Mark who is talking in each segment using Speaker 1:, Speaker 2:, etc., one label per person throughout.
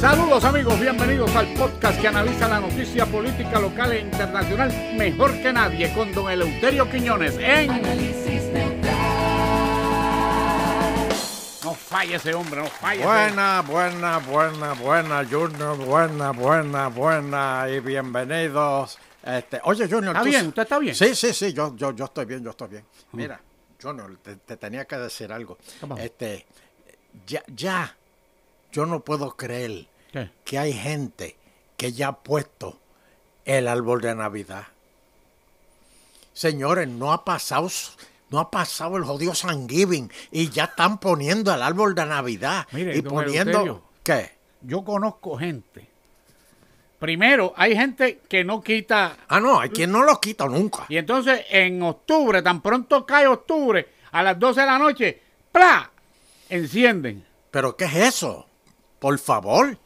Speaker 1: Saludos amigos, bienvenidos al podcast que analiza la noticia política local e internacional mejor que nadie con don Eleuterio Quiñones en... No falla ese hombre, no falla. ese-
Speaker 2: Buena, buena, buena, buena, Junior, buena, buena, buena y bienvenidos. Este, oye, Junior,
Speaker 1: ¿Está
Speaker 2: tú-
Speaker 1: bien? ¿Usted está bien?
Speaker 2: Sí, sí, sí, yo, yo, yo estoy bien, yo estoy bien. Mira, Junior, te, te tenía que decir algo.
Speaker 1: pasó?
Speaker 2: Este, ya, ya, yo no puedo creer
Speaker 1: ¿Qué?
Speaker 2: que hay gente que ya ha puesto el árbol de Navidad. Señores, no ha pasado, s- no ha pasado el jodido San Giving y ya están poniendo el árbol de Navidad
Speaker 1: Mire,
Speaker 2: y
Speaker 1: don
Speaker 2: poniendo
Speaker 1: Eleuterio.
Speaker 2: qué.
Speaker 1: Yo conozco gente. Primero, hay gente que no quita
Speaker 2: Ah, no, hay quien no lo quita nunca.
Speaker 1: Y entonces en octubre, tan pronto cae octubre, a las 12 de la noche, ¡pla! Encienden.
Speaker 2: Pero ¿qué es eso? Por favor.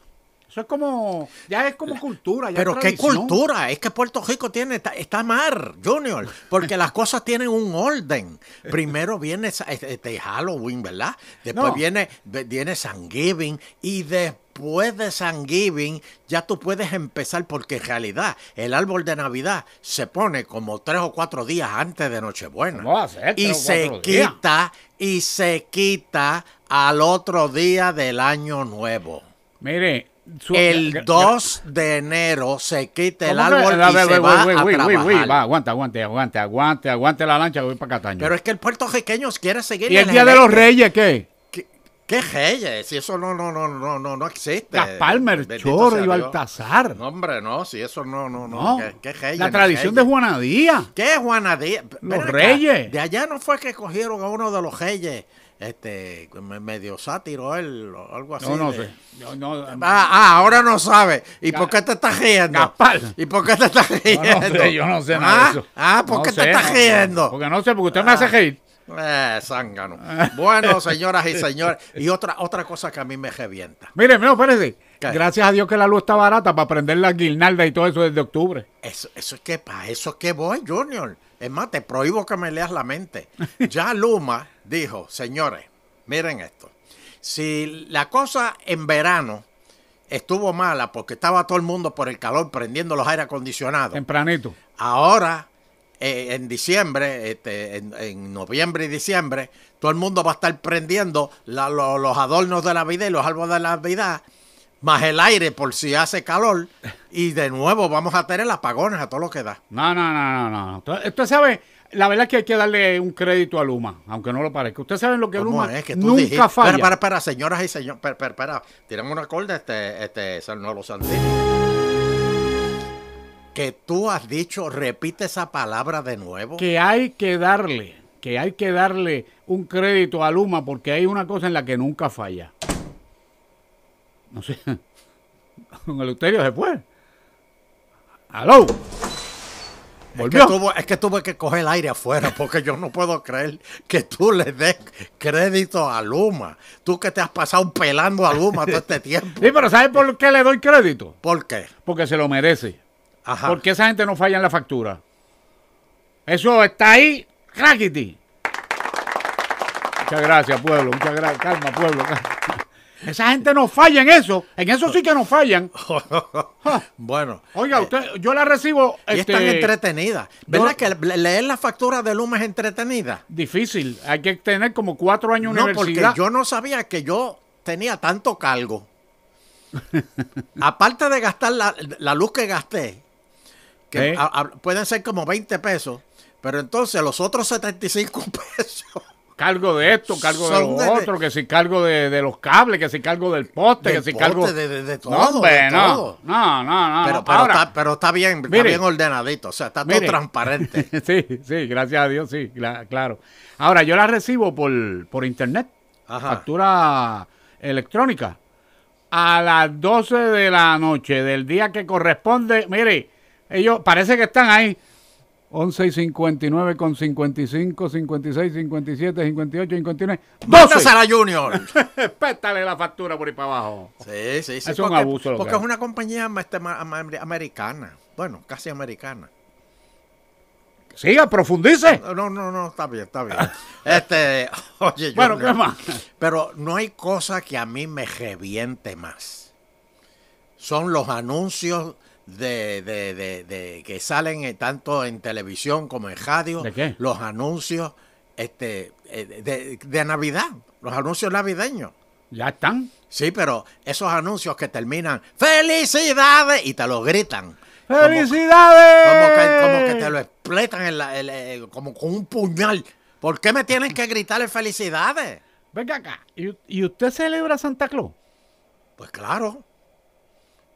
Speaker 1: Eso es como, ya es como cultura. Ya
Speaker 2: Pero
Speaker 1: es
Speaker 2: qué
Speaker 1: tradición.
Speaker 2: cultura, es que Puerto Rico tiene, está, está mar, Junior, porque las cosas tienen un orden. Primero viene sa- este, este Halloween, ¿verdad? Después
Speaker 1: No.
Speaker 2: viene, ve- viene Thanksgiving y después de Thanksgiving ya tú puedes empezar porque en realidad el árbol de Navidad se pone como tres o cuatro días antes de Nochebuena.
Speaker 1: ¿Cómo va a ser
Speaker 2: y
Speaker 1: tres o
Speaker 2: se
Speaker 1: cuatro días?
Speaker 2: quita, y se quita al otro día del año nuevo.
Speaker 1: Mire, su- gra-
Speaker 2: El
Speaker 1: gra-
Speaker 2: 2 de enero se quita el
Speaker 1: ¿Cómo que-
Speaker 2: árbol
Speaker 1: la-
Speaker 2: y
Speaker 1: ve-
Speaker 2: se
Speaker 1: ve-
Speaker 2: va
Speaker 1: ve-
Speaker 2: a
Speaker 1: ve- ve- ve- ve- va,
Speaker 2: trabajar.
Speaker 1: Aguanta, aguante, aguante, aguante, aguante la lancha que voy para Cataño.
Speaker 2: Pero es que el puertorriqueño quiere seguir
Speaker 1: ¿Y el
Speaker 2: en
Speaker 1: Día de los Reyes qué?
Speaker 2: ¿Qué, qué reyes? Si eso no, no, no, no, no, no existe.
Speaker 1: Gaspar,
Speaker 2: Bendito
Speaker 1: Melchor
Speaker 2: sea
Speaker 1: y
Speaker 2: Dios.
Speaker 1: Baltasar.
Speaker 2: No, hombre, no, si eso no, no,
Speaker 1: No,
Speaker 2: no. ¿Qué, qué reyes?
Speaker 1: la
Speaker 2: ni
Speaker 1: tradición de
Speaker 2: reyes?
Speaker 1: Juanadía.
Speaker 2: ¿Qué Juana Díaz? Ven acá,
Speaker 1: reyes.
Speaker 2: De allá no fue que cogieron a uno de los reyes, este, me- medio sátiro él, o algo así.
Speaker 1: No, no
Speaker 2: de-
Speaker 1: sé. No, no,
Speaker 2: Ah, ah, ahora no sabe. ¿Y
Speaker 1: Ga-
Speaker 2: por qué te estás riendo?
Speaker 1: Gaspar.
Speaker 2: ¿Y por qué te estás
Speaker 1: yo
Speaker 2: riendo?
Speaker 1: no sé, yo no sé nada
Speaker 2: ah,
Speaker 1: de eso.
Speaker 2: Ah, ¿por
Speaker 1: No
Speaker 2: qué
Speaker 1: sé,
Speaker 2: te estás
Speaker 1: no-
Speaker 2: riendo?
Speaker 1: Porque no sé, porque usted me hace
Speaker 2: Ah.
Speaker 1: reír.
Speaker 2: Eh, zángano. Bueno, señoras y señores. Y otra, otra cosa que a mí me revienta.
Speaker 1: Mire, no, espérese.
Speaker 2: ¿Qué?
Speaker 1: Gracias a Dios que la luz está barata para prender la guirnalda y todo eso desde octubre.
Speaker 2: Eso, eso es que para eso es que voy, Junior. Es más, te prohíbo que me leas la mente. Ya Luma dijo, señores, miren esto. Si la cosa en verano estuvo mala porque estaba todo el mundo por el calor prendiendo los aire acondicionados.
Speaker 1: Tempranito.
Speaker 2: Ahora, eh, en diciembre, este, en, en noviembre y diciembre, todo el mundo va a estar prendiendo la- lo- los adornos de la vida y los árboles de la vida, más el aire por si hace calor, y de nuevo vamos a tener apagones a todo lo que da.
Speaker 1: No, no, no, no, no. Usted- Usted sabe, la verdad es que hay que darle un crédito a Luma, aunque no lo parezca. Usted sabe lo que
Speaker 2: ¿Cómo
Speaker 1: Luma
Speaker 2: es que tú
Speaker 1: nunca
Speaker 2: dijiste?
Speaker 1: falla.
Speaker 2: Espera, espera, espera, señoras y señores, espera, espera, espera. Tiramos un acorde, este, este, San Nuevo Santini. Que tú has dicho, repite esa palabra de nuevo.
Speaker 1: Que hay que darle, que hay que darle un crédito a Luma porque hay una cosa en la que nunca falla. No sé. Don Eleuterio se fue. ¡Aló! Volvió.
Speaker 2: Es que, tuvo- es que tuve que coger el aire afuera porque yo no puedo creer que tú le des crédito a Luma. Tú que te has pasado pelando a Luma todo este tiempo.
Speaker 1: Sí, pero ¿sabe por qué le doy crédito?
Speaker 2: ¿Por qué?
Speaker 1: Porque se lo merece.
Speaker 2: Ajá.
Speaker 1: Porque esa gente no falla en la factura. Eso está ahí, crackety. Muchas gracias, pueblo. Muchas gracias. Calma, pueblo. calma. Esa gente no falla en eso. En eso sí que no fallan.
Speaker 2: Bueno.
Speaker 1: Oiga, usted, yo la recibo.
Speaker 2: Eh, Y
Speaker 1: este,
Speaker 2: es tan entretenida. ¿Verdad
Speaker 1: no-
Speaker 2: que le- leer la factura de Luma es entretenida?
Speaker 1: Difícil. Hay que tener como cuatro años de
Speaker 2: No, porque
Speaker 1: universidad.
Speaker 2: yo no sabía que yo tenía tanto cargo. Aparte de gastar la, la luz que gasté, que
Speaker 1: ¿Eh?
Speaker 2: a- a- pueden ser como 20 pesos, pero entonces los otros 75 pesos
Speaker 1: Cargo de esto, cargo de
Speaker 2: Son
Speaker 1: lo
Speaker 2: de-
Speaker 1: otro, que si cargo de, de los cables, que si cargo del poste,
Speaker 2: Del
Speaker 1: que si
Speaker 2: poste,
Speaker 1: cargo.
Speaker 2: de- de- de todo,
Speaker 1: no, hombre,
Speaker 2: de
Speaker 1: no.
Speaker 2: todo.
Speaker 1: No, no, no.
Speaker 2: Pero,
Speaker 1: no.
Speaker 2: pero,
Speaker 1: Ah, Ahora-
Speaker 2: está, pero está bien, está
Speaker 1: Mire.
Speaker 2: bien ordenadito, o sea, está todo
Speaker 1: Mire.
Speaker 2: transparente.
Speaker 1: Sí, sí, gracias a Dios, sí, cla- claro. Ahora, yo la recibo por, por internet,
Speaker 2: Ajá.
Speaker 1: factura electrónica, a las 12 de la noche del día que corresponde. Mire, ellos parece que están ahí. 11 y 59 con 55, 56, 57, 58, 59.
Speaker 2: ¡Vamos
Speaker 1: ¡12!
Speaker 2: a la Junior!
Speaker 1: Pétale la factura por ahí para abajo.
Speaker 2: Sí, sí, sí.
Speaker 1: Es un
Speaker 2: porque-
Speaker 1: abuso lo que
Speaker 2: Porque
Speaker 1: hay.
Speaker 2: es una compañía este, ma- ama- americana. Bueno, casi americana.
Speaker 1: Siga, profundice.
Speaker 2: No, no, no, está bien, está bien. Este, oye,
Speaker 1: Bueno,
Speaker 2: Junior,
Speaker 1: ¿qué más?
Speaker 2: Pero no hay cosa que a mí me reviente más son los anuncios de, de- de- de- que salen eh, tanto en televisión como en radio.
Speaker 1: ¿De qué?
Speaker 2: Los anuncios este, eh, de, de Navidad, los anuncios navideños.
Speaker 1: Ya están.
Speaker 2: Sí, pero esos anuncios que terminan ¡Felicidades! y te lo gritan. Como-
Speaker 1: ¡Felicidades!
Speaker 2: Como, que, como que te lo expletan en la- en la- en- como con un puñal. ¿Por qué me tienen que gritarle felicidades?
Speaker 1: Venga acá. ¿Y, y usted celebra Santa Claus?
Speaker 2: Pues claro.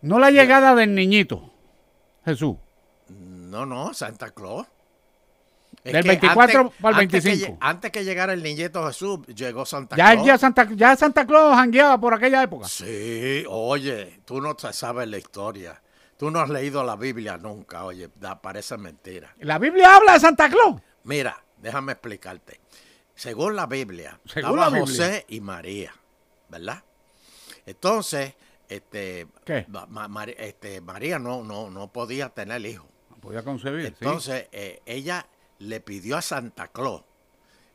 Speaker 1: No la llegada del niñito, Jesús.
Speaker 2: No, no, Santa Claus. Es
Speaker 1: Del
Speaker 2: que
Speaker 1: 24 para el
Speaker 2: que
Speaker 1: 25.
Speaker 2: lle- antes que llegara el niñito Jesús, llegó Santa
Speaker 1: Ya,
Speaker 2: Claus.
Speaker 1: ya, Santa, ya Santa Claus jangueaba por aquella época.
Speaker 2: Sí, oye, tú no te sabes la historia. Tú no has leído la Biblia nunca, oye, da- parece mentira.
Speaker 1: La Biblia habla de Santa Claus.
Speaker 2: Mira, déjame explicarte. Según la Biblia,
Speaker 1: Según
Speaker 2: estaba
Speaker 1: la Biblia.
Speaker 2: José y María, ¿verdad? Entonces, este,
Speaker 1: ¿Qué?
Speaker 2: Ma- Ma- Mar- este, María no, no, no podía tener hijos.
Speaker 1: Podía concebir,
Speaker 2: Entonces, eh, ella le pidió a Santa Claus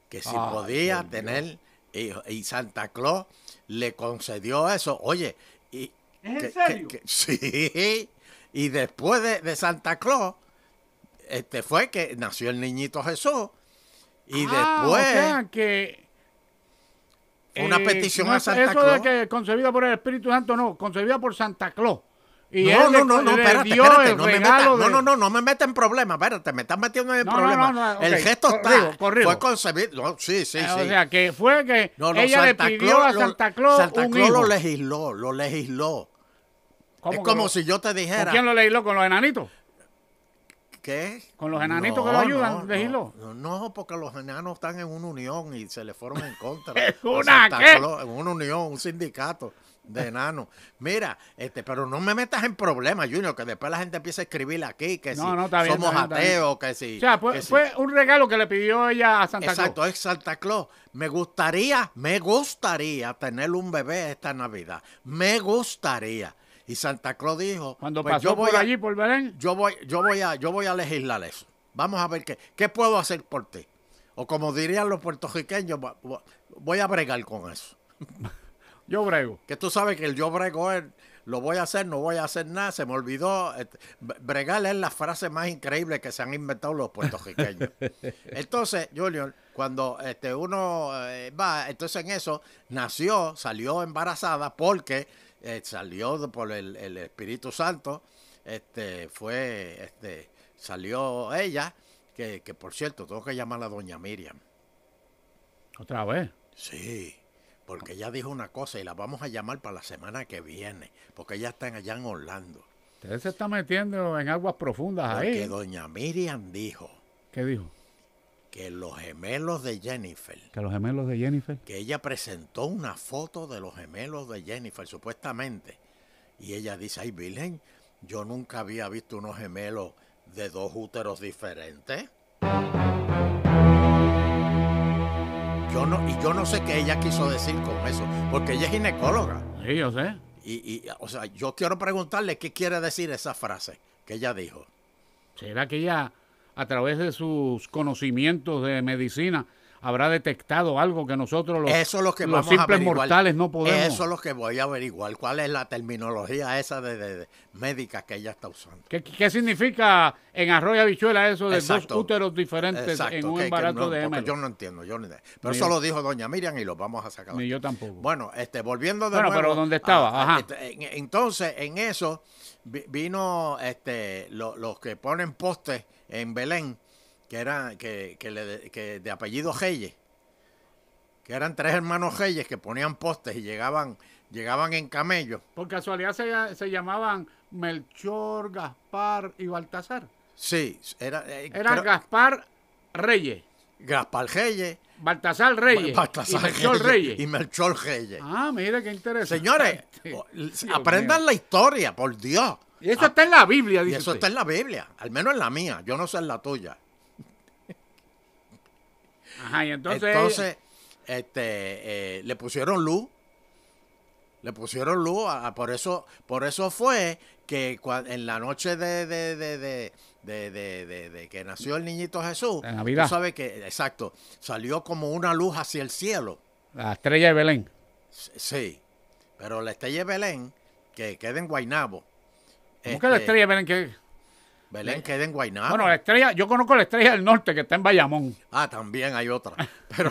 Speaker 2: que si
Speaker 1: Ay,
Speaker 2: podía
Speaker 1: por Dios.
Speaker 2: tener hijos. Y Santa Claus le concedió eso. Oye, y,
Speaker 1: ¿Es en serio?
Speaker 2: sí. Y después de, de Santa Claus, este fue que nació el niñito Jesús. Y
Speaker 1: Ah,
Speaker 2: después,
Speaker 1: que... eh,
Speaker 2: Fue una petición a
Speaker 1: es-
Speaker 2: Santa
Speaker 1: eso de
Speaker 2: Claus.
Speaker 1: que concebida por el Espíritu Santo, no, concebida por Santa Claus. Y
Speaker 2: no,
Speaker 1: él
Speaker 2: no,
Speaker 1: le-
Speaker 2: no, no,
Speaker 1: le
Speaker 2: espérate,
Speaker 1: dio
Speaker 2: espérate,
Speaker 1: el
Speaker 2: no me metas,
Speaker 1: regalo
Speaker 2: no,
Speaker 1: de-
Speaker 2: no, no, no me metas en problemas, espérate, me estás metiendo en
Speaker 1: No, no,
Speaker 2: problemas.
Speaker 1: no, no,
Speaker 2: El
Speaker 1: ok,
Speaker 2: gesto
Speaker 1: corrijo,
Speaker 2: está,
Speaker 1: corrijo.
Speaker 2: fue concebido, no, sí, sí,
Speaker 1: Eh,
Speaker 2: sí.
Speaker 1: O sea, que fue que
Speaker 2: No, no,
Speaker 1: ella
Speaker 2: Santa
Speaker 1: le pidió
Speaker 2: Claus
Speaker 1: a
Speaker 2: lo-
Speaker 1: Santa Claus
Speaker 2: Santa
Speaker 1: un
Speaker 2: Claus
Speaker 1: hijo.
Speaker 2: lo legisló, lo legisló.
Speaker 1: ¿Cómo
Speaker 2: es
Speaker 1: que
Speaker 2: como
Speaker 1: lo-
Speaker 2: si yo te dijera
Speaker 1: ¿Con quién lo legisló? ¿Con los enanitos?
Speaker 2: que
Speaker 1: con los enanitos que lo ayudan, legisló?
Speaker 2: No, no, porque los enanos están en una unión y se le fueron en contra.
Speaker 1: ¿Es
Speaker 2: de
Speaker 1: una
Speaker 2: Santa
Speaker 1: qué?
Speaker 2: Claus, en una unión, un sindicato de enanos. Mira, este, pero no me metas en problemas, Junior, que después la gente empieza a escribir aquí que
Speaker 1: No,
Speaker 2: si
Speaker 1: no, está bien,
Speaker 2: somos
Speaker 1: está bien, está bien.
Speaker 2: ateos, que si
Speaker 1: O sea,
Speaker 2: que
Speaker 1: fue,
Speaker 2: si-
Speaker 1: fue un regalo que le pidió ella a Santa
Speaker 2: Exacto,
Speaker 1: Claus.
Speaker 2: es Santa Claus. Me gustaría, me gustaría tener un bebé esta Navidad. Me gustaría. Y Santa Claus dijo,
Speaker 1: Cuando
Speaker 2: pues
Speaker 1: pasó
Speaker 2: yo voy
Speaker 1: por
Speaker 2: a-
Speaker 1: allí, por Belén,
Speaker 2: yo voy, yo voy a, yo voy a legislar eso. Vamos a ver qué, qué puedo hacer por ti. O como dirían los puertorriqueños, va- va- voy a bregar con eso.
Speaker 1: yo brego.
Speaker 2: Que tú sabes que el yo brego es, lo voy a hacer, no voy a hacer nada, se me olvidó. este, bre- Bregar es la frase más increíble que se han inventado los puertorriqueños. Entonces, Junior, cuando este, uno eh, va, entonces en eso nació, salió embarazada porque eh, salió de- por el, el Espíritu Santo, este, fue, este, salió ella, que, que por cierto, tengo que llamar a doña Miriam.
Speaker 1: Otra vez.
Speaker 2: Sí, porque ella dijo una cosa y la vamos a llamar para la semana que viene, porque ella está allá en Orlando.
Speaker 1: Usted se está metiendo en aguas profundas ahí.
Speaker 2: Porque doña Miriam dijo
Speaker 1: ¿Qué dijo?
Speaker 2: que los gemelos de Jennifer,
Speaker 1: Que los gemelos de Jennifer.
Speaker 2: que ella presentó una foto de los gemelos de Jennifer, supuestamente. Y ella dice, ay Virgen, yo nunca había visto unos gemelos de dos úteros diferentes. Yo no, y yo no sé qué ella quiso decir con eso, porque ella es ginecóloga.
Speaker 1: Sí, yo sé.
Speaker 2: Y, y, o sea, yo quiero preguntarle qué quiere decir esa frase que ella dijo.
Speaker 1: ¿Será que ella, a través de sus conocimientos de medicina, habrá detectado algo que nosotros los,
Speaker 2: eso es lo que
Speaker 1: los
Speaker 2: vamos a
Speaker 1: simples
Speaker 2: averiguar.
Speaker 1: mortales no podemos?
Speaker 2: Eso es lo que voy a averiguar. ¿Cuál es la terminología esa de, de- de médica que ella está usando?
Speaker 1: ¿Qué, qué significa en Arroyo Habichuela eso de
Speaker 2: Exacto.
Speaker 1: dos úteros diferentes en un
Speaker 2: que- que
Speaker 1: embarazo
Speaker 2: no,
Speaker 1: de
Speaker 2: porque
Speaker 1: gemelos?
Speaker 2: Yo no entiendo. Yo no entiendo. Pero
Speaker 1: Ni
Speaker 2: eso
Speaker 1: yo.
Speaker 2: lo dijo doña Miriam y lo vamos a sacar.
Speaker 1: Ni yo tampoco.
Speaker 2: Bueno, este, volviendo de
Speaker 1: Bueno,
Speaker 2: nuevo.
Speaker 1: pero ¿dónde estaba? Ajá.
Speaker 2: este, en- entonces, en eso vi- vino este, lo- los que ponen postes en Belén, que eran que, que le de- que de apellido Reyes, que eran tres hermanos Reyes que ponían postes y llegaban, llegaban en camello.
Speaker 1: Por casualidad se, se llamaban Melchor, Gaspar y Baltasar.
Speaker 2: Sí, era, eh,
Speaker 1: Eran
Speaker 2: creo-
Speaker 1: Gaspar Reyes,
Speaker 2: Gaspar Reyes,
Speaker 1: Baltasar Reyes
Speaker 2: Baltasar
Speaker 1: y Melchor Reyes.
Speaker 2: y Melchor Reyes.
Speaker 1: Ah, mira qué interesante.
Speaker 2: Señores, o- aprendan la historia, por Dios.
Speaker 1: Y eso está en la Biblia,
Speaker 2: Y
Speaker 1: dice
Speaker 2: eso está
Speaker 1: usted.
Speaker 2: en la Biblia, al menos en la mía, yo no sé en la tuya.
Speaker 1: Ajá, y entonces...
Speaker 2: Entonces, este, eh, le pusieron luz, le pusieron luz, a- a- por eso, por eso fue que cua- en la noche de, de- de- de- de- de- de- de que nació el niñito Jesús,
Speaker 1: De Navidad.
Speaker 2: tú sabes que, exacto, salió como una luz hacia el cielo.
Speaker 1: La estrella de Belén.
Speaker 2: S- Sí, pero la estrella de Belén que quede en Guaynabo.
Speaker 1: ¿Cómo que la
Speaker 2: Este, ah,
Speaker 1: estrella? Belén, que-
Speaker 2: Belén queda en Guaynabo.
Speaker 1: Bueno, la estrella, yo conozco la estrella del norte que está en Bayamón.
Speaker 2: Ah, también hay otra. Pero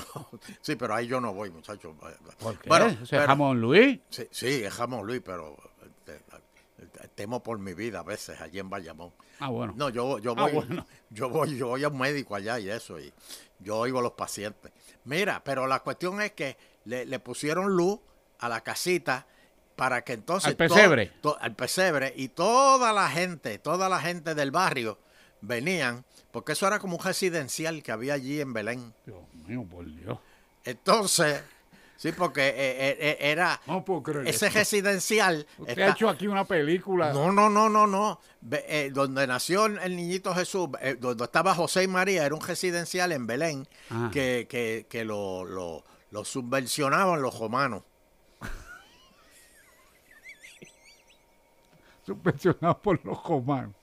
Speaker 2: sí, pero ahí yo no voy, muchachos.
Speaker 1: ¿Por qué?
Speaker 2: Bueno,
Speaker 1: Ese
Speaker 2: pero-
Speaker 1: jamón Luis.
Speaker 2: Sí, sí, es Jamón Luis, pero eh, te- te- temo por mi vida a veces allí en Bayamón.
Speaker 1: Ah, bueno.
Speaker 2: No, yo, yo
Speaker 1: Ah,
Speaker 2: voy,
Speaker 1: bueno.
Speaker 2: yo voy, yo voy a un médico allá y eso, y yo oigo a los pacientes. Mira, pero la cuestión es que le, le pusieron luz a la casita para que entonces
Speaker 1: Al pesebre.
Speaker 2: to- al pesebre y toda la gente, toda la gente del barrio venían, porque eso era como un residencial que había allí en Belén.
Speaker 1: Dios mío, por Dios.
Speaker 2: Entonces, sí, porque eh, eh, eh, era
Speaker 1: No puedo creer.
Speaker 2: ese
Speaker 1: esto.
Speaker 2: residencial.
Speaker 1: Usted ha
Speaker 2: está-
Speaker 1: hecho aquí una película.
Speaker 2: no, no, no, no, no. Ve- eh, donde nació el niñito Jesús, eh, donde estaba José y María, era un residencial en Belén
Speaker 1: Ah.
Speaker 2: que, que- que lo, lo- lo subvencionaban los romanos.
Speaker 1: Subvencionado por los comanos.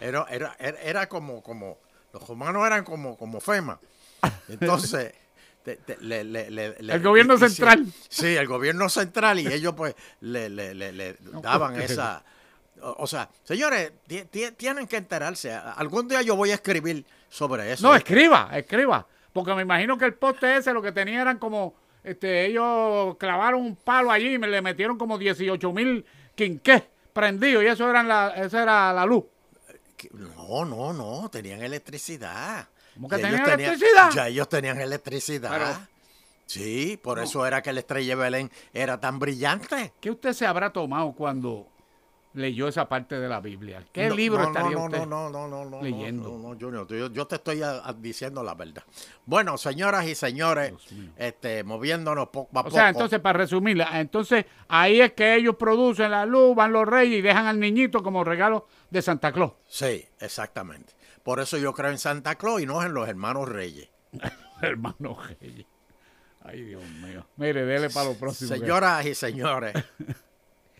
Speaker 2: Era, era, era, era como, como, los romanos eran como, como FEMA. Entonces, te- te- le- le- le- le-
Speaker 1: El gobierno
Speaker 2: y- y sí,
Speaker 1: central.
Speaker 2: Sí, el gobierno central y ellos pues le, le- le- le daban
Speaker 1: puedo
Speaker 2: esa... O, o sea, señores, ti- ti- tienen que enterarse. A- Algún día yo voy a escribir sobre eso.
Speaker 1: No, escriba, escriba. Porque me imagino que el poste ese lo que tenía eran como. Este, ellos clavaron un palo allí y me le metieron como 18 mil quinqués prendidos y eso eran la, esa era la luz.
Speaker 2: Que- No, no, no, tenían electricidad.
Speaker 1: ¿Cómo que
Speaker 2: Ya
Speaker 1: tenían electricidad?
Speaker 2: Ya ellos tenían electricidad.
Speaker 1: Pero-
Speaker 2: sí, por eso era que la estrella de Belén era tan brillante.
Speaker 1: ¿Qué usted se habrá tomado cuando leyó esa parte de la Biblia? ¿Qué
Speaker 2: No,
Speaker 1: libro
Speaker 2: no,
Speaker 1: estaría
Speaker 2: no,
Speaker 1: usted?
Speaker 2: No, no, no, no, no, no,
Speaker 1: leyendo?
Speaker 2: No, no, Junior, yo, yo te estoy ah, ah, diciendo la verdad. Bueno, señoras y señores,
Speaker 1: Dios mío.
Speaker 2: este, moviéndonos poco a
Speaker 1: O
Speaker 2: poco.
Speaker 1: sea, entonces, para resumir, ah, entonces ahí es que ellos producen la luz, van los reyes y dejan al niñito como regalo de Santa Claus.
Speaker 2: Sí, exactamente. Por eso yo creo en Santa Claus y no en los hermanos Reyes.
Speaker 1: Hermano Reyes. Ay, Dios mío. Mire, dele para lo próximo. que-
Speaker 2: Señoras y señores.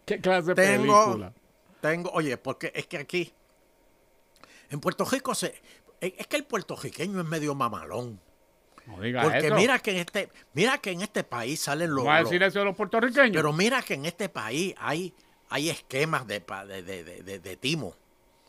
Speaker 1: ¿Qué clase de
Speaker 2: Tengo,
Speaker 1: película?
Speaker 2: tengo, oye, porque es que aquí, en Puerto Rico, se, es es que el puertorriqueño es medio mamalón.
Speaker 1: No diga
Speaker 2: Porque
Speaker 1: eso.
Speaker 2: mira que en este, mira que en este país salen los,
Speaker 1: ¿Va a
Speaker 2: los-
Speaker 1: decir eso de los puertorriqueños?
Speaker 2: pero mira que en este país hay, hay esquemas de, pa- de, de, de- de- de timo.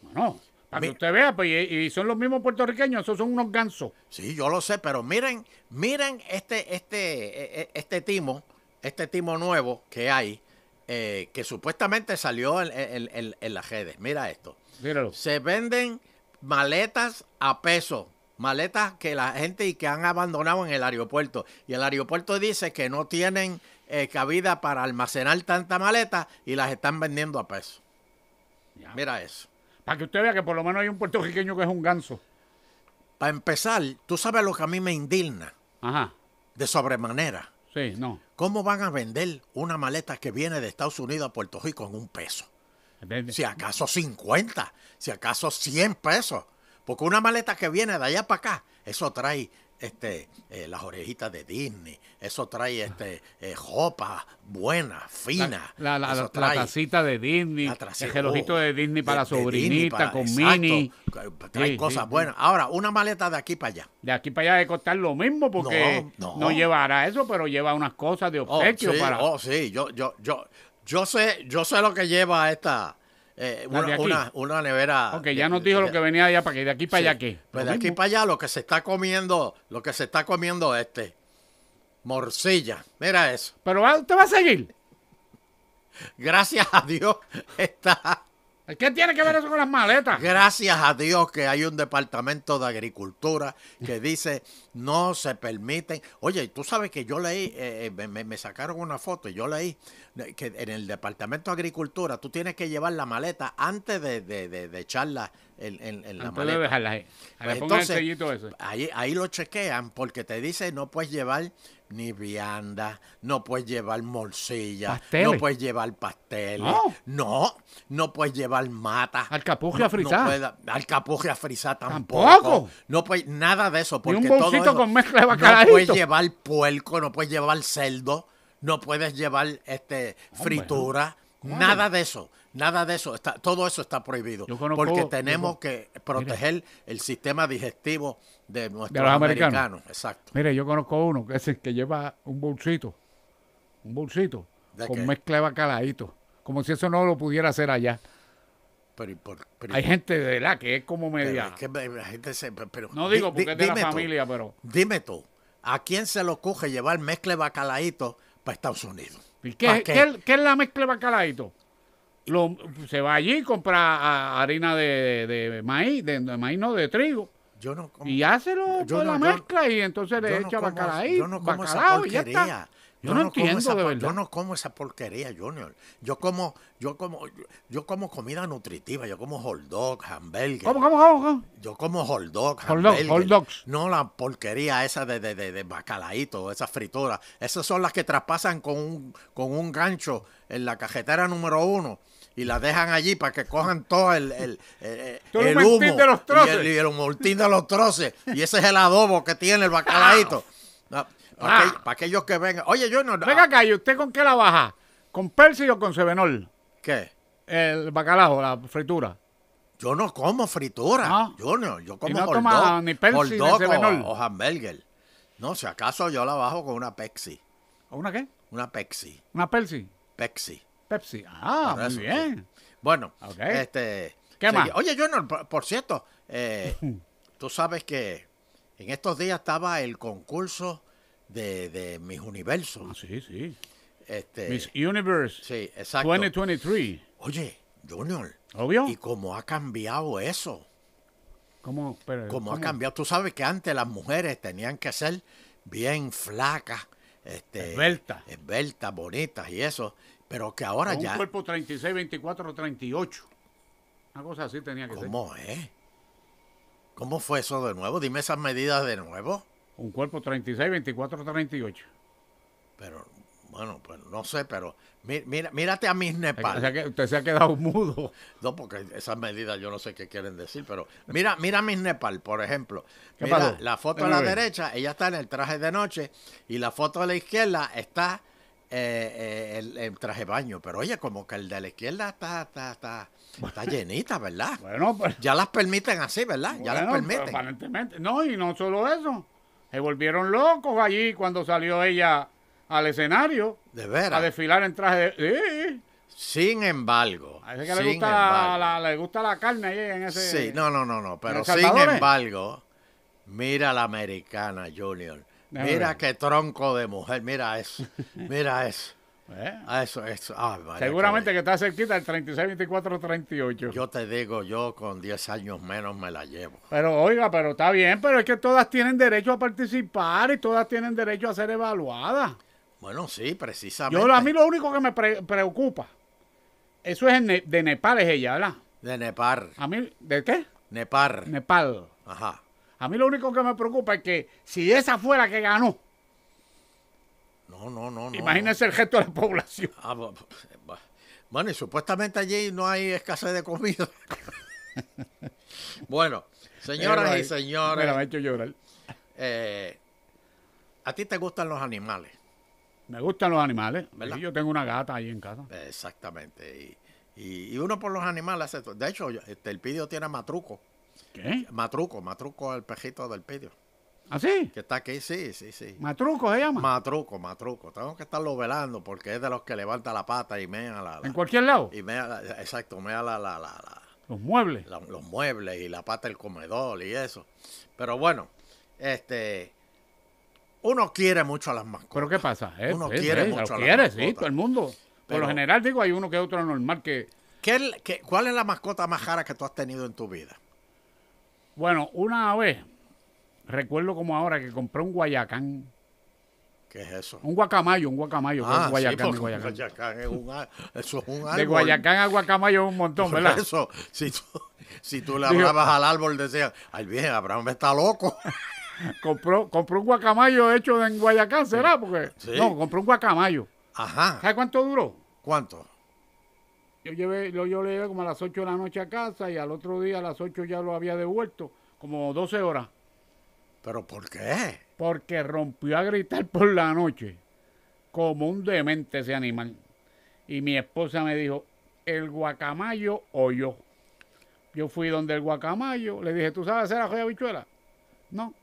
Speaker 1: Bueno, para que
Speaker 2: Mi-
Speaker 1: usted vea, pues, y, y son los mismos puertorriqueños, esos son unos gansos.
Speaker 2: Sí, yo lo sé, pero miren, miren este, este, eh, eh, este timo, este timo nuevo que hay, eh, que supuestamente salió en, en- en- en las redes. Mira esto.
Speaker 1: Míralo.
Speaker 2: Se venden maletas a peso. Maletas que la gente y que han abandonado en el aeropuerto. Y el aeropuerto dice que no tienen eh, cabida para almacenar tanta maleta y las están vendiendo a peso.
Speaker 1: Ya.
Speaker 2: Mira eso.
Speaker 1: Para que usted vea que por lo menos hay un puertorriqueño que es un ganso.
Speaker 2: Para empezar, tú sabes lo que a mí me indigna
Speaker 1: Ajá.
Speaker 2: de sobremanera.
Speaker 1: Sí, no.
Speaker 2: ¿Cómo van a vender una maleta que viene de Estados Unidos a Puerto Rico en un peso?
Speaker 1: ¿Entiende?
Speaker 2: Si acaso 50, si acaso 100 pesos. Porque una maleta que viene de allá para acá, eso trae este, eh, las orejitas de Disney, eso trae este, eh, ropa buena,
Speaker 1: La,
Speaker 2: fina.
Speaker 1: la, la-
Speaker 2: eso
Speaker 1: la
Speaker 2: trae
Speaker 1: tacita de Disney,
Speaker 2: la trasera,
Speaker 1: el relojito
Speaker 2: oh,
Speaker 1: de Disney para la
Speaker 2: de- de Disney
Speaker 1: sobrinita,
Speaker 2: para-
Speaker 1: con
Speaker 2: exacto,
Speaker 1: Mini.
Speaker 2: que Trae
Speaker 1: Sí,
Speaker 2: cosas
Speaker 1: sí,
Speaker 2: buenas. Ahora, una maleta de aquí para allá.
Speaker 1: De aquí para allá de costar lo mismo porque no,
Speaker 2: No, no.
Speaker 1: llevará eso, pero lleva unas cosas de
Speaker 2: Oh,
Speaker 1: obsequio
Speaker 2: sí,
Speaker 1: para...
Speaker 2: oh, sí, yo, yo, yo, yo sé, yo sé lo que lleva esta eh,
Speaker 1: La de
Speaker 2: una,
Speaker 1: aquí.
Speaker 2: una, una nevera.
Speaker 1: Porque ya
Speaker 2: de-
Speaker 1: nos dijo
Speaker 2: de-
Speaker 1: lo que venía de allá para que de aquí para allá
Speaker 2: Sí,
Speaker 1: qué.
Speaker 2: Pues
Speaker 1: Lo
Speaker 2: de aquí
Speaker 1: mismo.
Speaker 2: para allá lo que se está comiendo, lo que se está comiendo este. Morcilla. Mira eso.
Speaker 1: Pero va- usted va a seguir.
Speaker 2: Gracias a Dios está.
Speaker 1: ¿Qué tiene que ver eso con las maletas?
Speaker 2: Gracias a Dios que hay un departamento de agricultura que dice no se permiten. Oye, y tú sabes que yo leí, eh, eh, me- me, me sacaron una foto y yo leí eh, que en el departamento de agricultura tú tienes que llevar la maleta antes de, de- de- de echarla en, en- en la
Speaker 1: Antes de
Speaker 2: maleta.
Speaker 1: dejarlas ahí.
Speaker 2: Pues
Speaker 1: le pongan el
Speaker 2: entonces,
Speaker 1: sellito ese.
Speaker 2: Ahí, ahí lo chequean porque te dice no puedes llevar ni vianda, no puedes llevar morcilla,
Speaker 1: Pasteles.
Speaker 2: no puedes llevar pasteles,
Speaker 1: No.
Speaker 2: no, no, puedes llevar mata.
Speaker 1: Alcapuja
Speaker 2: no,
Speaker 1: frisada.
Speaker 2: No puedes, alcapuja frisada tampoco.
Speaker 1: Tampoco.
Speaker 2: No puedes, nada de eso. Porque
Speaker 1: un
Speaker 2: todo
Speaker 1: bolsito
Speaker 2: eso-
Speaker 1: con mezcla de
Speaker 2: No puedes
Speaker 1: bacalaíto.
Speaker 2: llevar puerco, no puedes llevar cerdo, no puedes llevar este fritura,
Speaker 1: ¿Cómo?
Speaker 2: nada de eso. Nada de eso, está, todo eso está prohibido.
Speaker 1: Yo conozco-
Speaker 2: porque
Speaker 1: yo
Speaker 2: tenemos
Speaker 1: con-
Speaker 2: que proteger el sistema digestivo de nuestros
Speaker 1: los americanos.
Speaker 2: americanos. Exacto.
Speaker 1: Mire, yo conozco uno que es el que lleva un bolsito. Un bolsito.
Speaker 2: ¿De
Speaker 1: con
Speaker 2: qué?
Speaker 1: mezcla de bacalaíto. Como si eso no lo pudiera hacer allá.
Speaker 2: Pero, ¿y por- pero-
Speaker 1: Hay gente de la que es como
Speaker 2: pero
Speaker 1: media.
Speaker 2: es que la gente se- pero-
Speaker 1: No
Speaker 2: di-
Speaker 1: digo
Speaker 2: di-
Speaker 1: porque es de la
Speaker 2: dime tú,
Speaker 1: familia, pero.
Speaker 2: Dime tú, ¿a quién se le ocurre llevar mezcla de bacalaíto para Estados Unidos?
Speaker 1: ¿Y qué,
Speaker 2: ¿Pa'
Speaker 1: qué? es- qué es la mezcla de bacalaíto? Lo- se va allí y compra ah, harina de, de maíz, de, de maíz no, de trigo.
Speaker 2: Yo no como,
Speaker 1: Y hácelo
Speaker 2: Yo
Speaker 1: con la
Speaker 2: no- yo-
Speaker 1: mezcla y entonces le
Speaker 2: yo no
Speaker 1: echa
Speaker 2: como-
Speaker 1: bacalaí,
Speaker 2: yo no como esa
Speaker 1: bacalao y ya está.
Speaker 2: porquería.
Speaker 1: Yo, no,
Speaker 2: como
Speaker 1: entiendo
Speaker 2: esa
Speaker 1: de
Speaker 2: por-
Speaker 1: verdad.
Speaker 2: Yo no como esa porquería, Junior. Yo como, yo como, yo como comida nutritiva, yo como hot dog, hamburger.
Speaker 1: ¿Cómo, cómo, cómo? cómo?
Speaker 2: Yo como hot dog,
Speaker 1: Hot dog,
Speaker 2: hamburger.
Speaker 1: hot dogs.
Speaker 2: No la porquería esa de, de, de, de bacalaíto, esas frituras. Esas son las que traspasan con un, con un gancho en la cajetera número uno y la dejan allí para que cojan todo el, el, el-
Speaker 1: Todo el
Speaker 2: el
Speaker 1: moltín
Speaker 2: humo
Speaker 1: de los
Speaker 2: y
Speaker 1: troces.
Speaker 2: el, y el moltín de los troces. Y ese es el adobo que tiene el bacalaíto. Para,
Speaker 1: Ah.
Speaker 2: aquellos que vengan. Oye, yo no... ah,
Speaker 1: Venga acá, ¿y usted con qué la baja? ¿Con persil o con sebenol?
Speaker 2: ¿Qué?
Speaker 1: El bacalao, la fritura.
Speaker 2: Yo no como fritura,
Speaker 1: Ah.
Speaker 2: Junior. Yo como
Speaker 1: no
Speaker 2: hot
Speaker 1: toma
Speaker 2: dog,
Speaker 1: ni Pepsi,
Speaker 2: hot
Speaker 1: ni
Speaker 2: dog o-
Speaker 1: 7-Up.
Speaker 2: o, hamburger. No, si acaso yo la bajo con una Pepsi.
Speaker 1: ¿O ¿Una qué?
Speaker 2: Una Pepsi.
Speaker 1: ¿Una persil?
Speaker 2: Pepsi.
Speaker 1: Pepsi. Ah,
Speaker 2: Por
Speaker 1: muy
Speaker 2: eso,
Speaker 1: bien.
Speaker 2: sí. Bueno,
Speaker 1: Ok.
Speaker 2: este...
Speaker 1: ¿Qué más?
Speaker 2: Oye, Junior, por, por cierto, eh, tú sabes que en estos días estaba el concurso de, de Mis
Speaker 1: Ah,
Speaker 2: Universos.
Speaker 1: sí, sí.
Speaker 2: Este,
Speaker 1: Miss Universe
Speaker 2: Sí, exacto.
Speaker 1: 2023.
Speaker 2: Oye, Junior,
Speaker 1: ¿Obvio?
Speaker 2: ¿y cómo ha cambiado eso?
Speaker 1: ¿Cómo, pero,
Speaker 2: Como ha
Speaker 1: cómo?
Speaker 2: cambiado, tú sabes que antes las mujeres tenían que ser bien flacas, este,
Speaker 1: Esbeltas.
Speaker 2: esbeltas, bonitas y eso, pero que ahora
Speaker 1: Con
Speaker 2: ya,
Speaker 1: Un cuerpo 36, 24, 38. Una cosa así tenía que ser.
Speaker 2: ¿cómo es? ¿Cómo fue eso de nuevo? Dime esas medidas de nuevo.
Speaker 1: Un cuerpo 36, 24, 38.
Speaker 2: Pero bueno, pues no sé, pero mi- mira, mírate a mis
Speaker 1: O sea
Speaker 2: Nepal,
Speaker 1: que usted se ha quedado mudo.
Speaker 2: no porque esas medidas yo no sé qué quieren decir, pero mira, mira a mis Nepal, por ejemplo.
Speaker 1: ¿Qué
Speaker 2: Mira,
Speaker 1: pasó?
Speaker 2: la foto a
Speaker 1: Déjame
Speaker 2: la
Speaker 1: ver.
Speaker 2: derecha, ella está en el traje de noche y la foto a la izquierda está eh, eh, el, el traje de baño. Pero oye, como que el de la izquierda está, está, está, está llenita, ¿verdad?
Speaker 1: Bueno, pues.
Speaker 2: Ya las permiten así, ¿verdad? Ya las
Speaker 1: Bueno,
Speaker 2: permiten.
Speaker 1: Aparentemente. No, y no solo eso. Se volvieron locos allí cuando salió ella al escenario
Speaker 2: De
Speaker 1: a
Speaker 2: veras.
Speaker 1: desfilar en traje de. Sí.
Speaker 2: Sin embargo.
Speaker 1: Parece que
Speaker 2: sin
Speaker 1: le gusta, la,
Speaker 2: embargo.
Speaker 1: la- le gusta la carne ahí en ese.
Speaker 2: Sí, no, no, no, no. Pero
Speaker 1: ¿El
Speaker 2: sin
Speaker 1: Salvador es?
Speaker 2: embargo, mira la americana, Junior.
Speaker 1: Déjame
Speaker 2: Mira
Speaker 1: ver.
Speaker 2: qué tronco de mujer. Mira eso. Mira eso.
Speaker 1: Eh,
Speaker 2: Ah, Eso, eso. Ay, María, qué
Speaker 1: Seguramente que está cerquita del 36, 24, 38.
Speaker 2: Yo te digo, yo con 10 años menos me la llevo.
Speaker 1: Pero oiga, pero está bien, pero es que todas tienen derecho a participar y todas tienen derecho a ser evaluadas.
Speaker 2: Bueno, sí, precisamente.
Speaker 1: Yo a mí lo único que me pre- preocupa, eso es en Ne- de Nepal es ella, ¿verdad?
Speaker 2: De Nepal.
Speaker 1: A mí, ¿de qué?
Speaker 2: Nepal.
Speaker 1: Nepal.
Speaker 2: Ajá.
Speaker 1: A mí lo único que me preocupa es que si esa fue la que ganó,
Speaker 2: No, no, no, no.
Speaker 1: imagínese el resto de la población.
Speaker 2: no. Ah, bu- bu- bu- bueno, y supuestamente allí no hay escasez de comida. bueno, señoras
Speaker 1: Pero,
Speaker 2: y
Speaker 1: eh, Me la ha
Speaker 2: señores,
Speaker 1: hecho llorar.
Speaker 2: eh, a ti te gustan los animales.
Speaker 1: Me gustan los animales.
Speaker 2: ¿Verdad?
Speaker 1: Sí, yo tengo una gata ahí en casa.
Speaker 2: Exactamente. Y, y- y uno por los animales hace todo. De hecho, yo- este, el pidio tiene a Matruco.
Speaker 1: ¿Qué?
Speaker 2: Matruco, Matruco es el pejito del pidio.
Speaker 1: ¿Así?
Speaker 2: Que está aquí, sí, sí, sí.
Speaker 1: Matruco se llama.
Speaker 2: Matruco, matruco. Tengo que estarlo velando porque es de los que levanta la pata y mea la. la-
Speaker 1: en cualquier lado.
Speaker 2: y mea la- exacto, mea la, la- la- la-
Speaker 1: Los muebles.
Speaker 2: la- los muebles y la pata del comedor y eso. Pero bueno, este. Uno quiere mucho a las mascotas.
Speaker 1: Pero ¿qué pasa? Eh,
Speaker 2: Uno
Speaker 1: sí,
Speaker 2: quiere
Speaker 1: sí,
Speaker 2: mucho
Speaker 1: los
Speaker 2: a las
Speaker 1: quiere, sí,
Speaker 2: mascotas.
Speaker 1: todo el mundo. Por
Speaker 2: Pero-
Speaker 1: lo general, digo, hay uno que otro normal que...
Speaker 2: ¿Qué es- qué- ¿Cuál es la mascota más cara que tú has tenido en tu vida?
Speaker 1: Bueno, una vez, recuerdo como ahora que compré un guayacán.
Speaker 2: ¿Qué es eso?
Speaker 1: Un guacamayo, un guacamayo. que es un
Speaker 2: Ah, sí,
Speaker 1: guayacán,
Speaker 2: porque
Speaker 1: un guayacán.
Speaker 2: un guayacán es un ar- eso es un árbol.
Speaker 1: De guayacán a guacamayo es un montón,
Speaker 2: Por
Speaker 1: ¿verdad?
Speaker 2: eso, si tú, si tú le
Speaker 1: Digo- ah.
Speaker 2: hablabas al árbol, decían, ay bien, Abraham está loco.
Speaker 1: Compró, compró un guacamayo hecho en guayacán, ¿será? Porque...
Speaker 2: Sí.
Speaker 1: No, compró un guacamayo.
Speaker 2: Ajá.
Speaker 1: ¿Sabes cuánto duró?
Speaker 2: ¿Cuánto?
Speaker 1: Yo, llevé, lo- yo lo llevé como a las 8 de la noche a casa y al otro día a las 8 ya lo había devuelto, como 12 horas,
Speaker 2: ¿Pero por qué?
Speaker 1: porque rompió a gritar por la noche, como un demente ese animal. Y mi esposa me dijo, el guacamayo o yo. Yo fui donde el guacamayo, le dije, ¿tú sabes hacer la joya bichuela? No,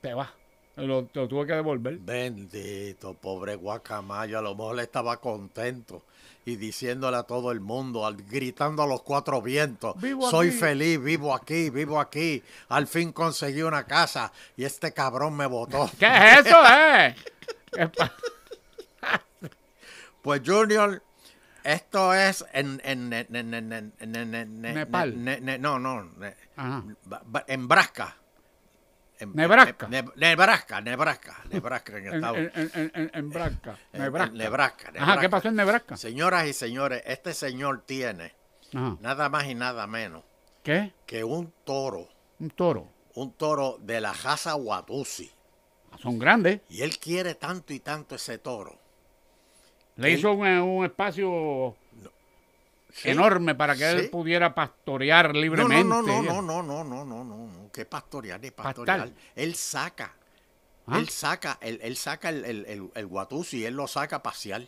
Speaker 1: te vas. Lo, lo tuve que devolver.
Speaker 2: Bendito, pobre guacamayo, a lo mejor le estaba contento y diciéndole a todo el mundo, al- gritando a los cuatro vientos,
Speaker 1: Vivo
Speaker 2: soy
Speaker 1: aquí".
Speaker 2: feliz, vivo aquí, vivo aquí, al fin conseguí una casa y este cabrón me votó.
Speaker 1: ¿Qué es eso, eh? Es pa-
Speaker 2: Pues Junior, esto es en, en, en- en- en- en- en- en- en-
Speaker 1: Nepal. Ah.
Speaker 2: ne- ne- no, no, ne-
Speaker 1: Ajá.
Speaker 2: ba- ba- en Brasca. En-
Speaker 1: Nebraska.
Speaker 2: en- ne- Nebraska, Nebraska, Nebraska en
Speaker 1: En,
Speaker 2: Estados
Speaker 1: en, en, en, en- en Nebraska.
Speaker 2: Eh, en- en
Speaker 1: Nebraska.
Speaker 2: Nebraska,
Speaker 1: Ajá, ¿qué
Speaker 2: Nebraska.
Speaker 1: pasó en Nebraska?
Speaker 2: Señoras y señores, este señor tiene
Speaker 1: Ajá.
Speaker 2: nada más y nada menos
Speaker 1: ¿Qué?
Speaker 2: que un toro,
Speaker 1: Un toro.
Speaker 2: un toro de la raza Watusi.
Speaker 1: Son grandes.
Speaker 2: Y él quiere tanto y tanto ese toro.
Speaker 1: Le
Speaker 2: Él-
Speaker 1: hizo un, eh, un espacio
Speaker 2: Sí.
Speaker 1: enorme para que él
Speaker 2: Sí.
Speaker 1: pudiera pastorear
Speaker 2: No,
Speaker 1: libremente.
Speaker 2: no, no, no, no, no, no, no, no, no, no, que pastorear ni pastorear.
Speaker 1: Pastal.
Speaker 2: Él saca,
Speaker 1: Ah.
Speaker 2: él saca, él, él saca el, el, el, el guatusi, él lo saca a pasear.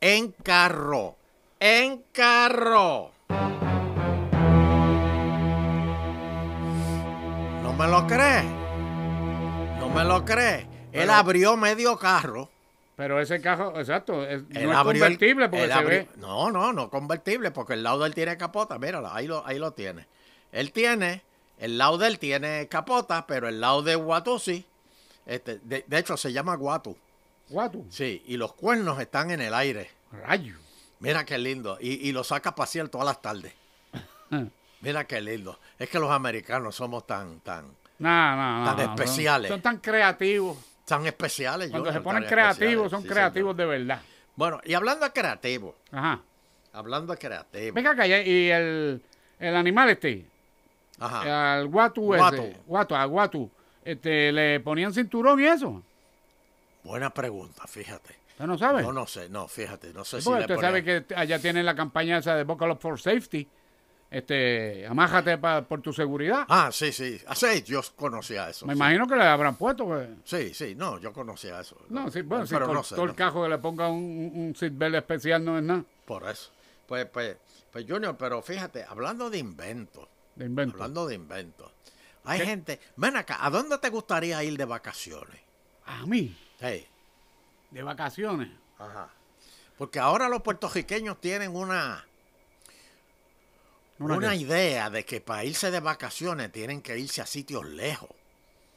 Speaker 2: En carro, en carro. No me lo crees, no me lo crees. Él
Speaker 1: Pero-
Speaker 2: abrió medio carro.
Speaker 1: Pero ese carro, exacto, es-
Speaker 2: Él
Speaker 1: no es
Speaker 2: abrió el-
Speaker 1: convertible porque
Speaker 2: él
Speaker 1: se
Speaker 2: abrió-
Speaker 1: ve.
Speaker 2: No, no, no convertible, porque el lado de él tiene capota. Míralo, ahí lo, ahí lo tiene. Él tiene, el lado de él tiene capota, pero el lado de Watusi, este, de, de hecho se llama Guatu.
Speaker 1: Guatu,
Speaker 2: Sí, y los cuernos están en el aire.
Speaker 1: rayo.
Speaker 2: Mira qué lindo. Y, y lo saca a pasear todas las tardes.
Speaker 1: Ah.
Speaker 2: Mira qué lindo. Es que los americanos somos tan, tan,
Speaker 1: Nada, nada,
Speaker 2: Tan
Speaker 1: nada, son-
Speaker 2: especiales.
Speaker 1: Son, tan creativos.
Speaker 2: tan especiales.
Speaker 1: Cuando
Speaker 2: yo,
Speaker 1: se
Speaker 2: tan
Speaker 1: ponen
Speaker 2: especiales.
Speaker 1: creativos, son
Speaker 2: Sí,
Speaker 1: creativos
Speaker 2: señor.
Speaker 1: de verdad.
Speaker 2: Bueno, y hablando de creativo,
Speaker 1: Ajá.
Speaker 2: hablando de creativo.
Speaker 1: Venga acá, y- y el, el animal este,
Speaker 2: Ajá.
Speaker 1: al guatu,
Speaker 2: Ah. Guatu.
Speaker 1: ese, guatu, a guatu, este, le ponían cinturón y eso.
Speaker 2: Buena pregunta, fíjate.
Speaker 1: Usted no sabe.
Speaker 2: No, no sé, no, fíjate, no sé si
Speaker 1: Porque
Speaker 2: le
Speaker 1: usted
Speaker 2: ponen-
Speaker 1: sabe que allá tienen la campaña esa de Bocalop for Safety. Este, amájate pa- por tu seguridad.
Speaker 2: Ah, sí, sí. Ah, sí, yo conocía eso.
Speaker 1: Me
Speaker 2: sí.
Speaker 1: imagino que le habrán puesto. pues.
Speaker 2: Sí, sí, no, yo conocía eso.
Speaker 1: No, sí, bueno, si
Speaker 2: Pero
Speaker 1: col-
Speaker 2: no sé,
Speaker 1: todo el
Speaker 2: no,
Speaker 1: cajo que le ponga un, un- un seatbelt especial no es nada
Speaker 2: por eso. Pues, pues, pues, Junior, pero fíjate, hablando de invento,
Speaker 1: de invento.
Speaker 2: hablando de invento, hay gente, ven acá, ¿a dónde te gustaría ir de vacaciones?
Speaker 1: A mí,
Speaker 2: Hey,
Speaker 1: de vacaciones.
Speaker 2: ajá. Porque ahora los puertorriqueños tienen una,
Speaker 1: ¿Una
Speaker 2: una,
Speaker 1: qué?
Speaker 2: idea de que para irse de vacaciones tienen que irse a sitios lejos.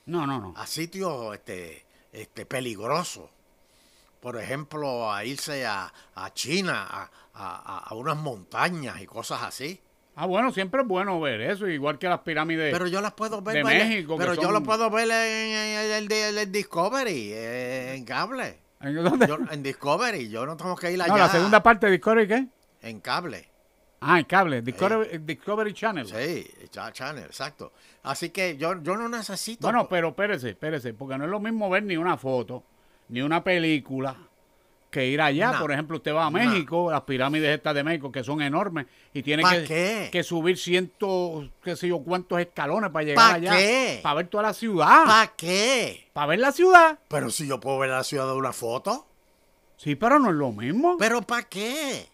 Speaker 1: No, no, no.
Speaker 2: a sitios este, este, peligrosos. Por ejemplo, a irse a, a China, a, a- a- a unas montañas y cosas así.
Speaker 1: Ah, bueno, siempre es bueno ver eso, igual que las pirámides.
Speaker 2: Pero yo las puedo ver.
Speaker 1: De
Speaker 2: bailar-
Speaker 1: México, que
Speaker 2: pero yo
Speaker 1: son-
Speaker 2: lo puedo ver en, en- en- en- en Discovery, eh, en cable.
Speaker 1: ¿En dónde?
Speaker 2: Yo- en Discovery, yo no tengo que ir allá.
Speaker 1: no, la segunda parte de Discovery, ¿qué?
Speaker 2: En cable.
Speaker 1: Ah, el cable, Discovery, Discovery Channel.
Speaker 2: Sí, cha- Channel, exacto. Así que yo, yo no necesito.
Speaker 1: Bueno, pues, pero espérese, espérese, porque no es lo mismo ver ni una foto, ni una película, que ir allá.
Speaker 2: No.
Speaker 1: Por ejemplo, usted va a
Speaker 2: No.
Speaker 1: México, las pirámides estas de México, que son enormes, y tiene
Speaker 2: ¿Pa
Speaker 1: que,
Speaker 2: qué?
Speaker 1: que subir ciento, qué sé yo, cuántos escalones para llegar
Speaker 2: ¿Pa
Speaker 1: allá.
Speaker 2: qué?
Speaker 1: Para ver toda la ciudad. Para
Speaker 2: ¿Para qué?
Speaker 1: ver la ciudad.
Speaker 2: Pero si yo puedo ver la ciudad de una foto.
Speaker 1: Sí, pero no es lo mismo.
Speaker 2: ¿Pero para qué?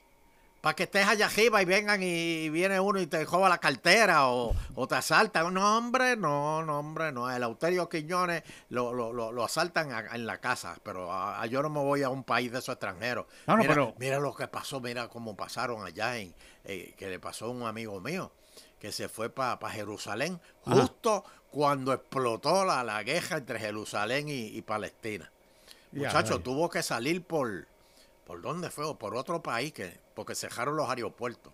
Speaker 2: ¿Para que estés allá arriba y vengan y viene uno y te joba la cartera o, o te asaltan? No, hombre, no, no, hombre, no. El Auterio Quiñones lo, lo, lo, lo asaltan a- en la casa, pero a- a- yo no me voy a un país de esos extranjeros.
Speaker 1: No, no,
Speaker 2: mira,
Speaker 1: pero-
Speaker 2: mira lo que pasó, mira cómo pasaron allá, en, eh, que le pasó a un amigo mío que se fue para Jerusalén
Speaker 1: Ajá.
Speaker 2: justo cuando explotó la, la guerra entre Jerusalén y- y Palestina.
Speaker 1: Ya,
Speaker 2: Muchacho,
Speaker 1: rayos.
Speaker 2: tuvo que salir por. ¿Por dónde fue? O por otro país, que, porque cerraron los aeropuertos.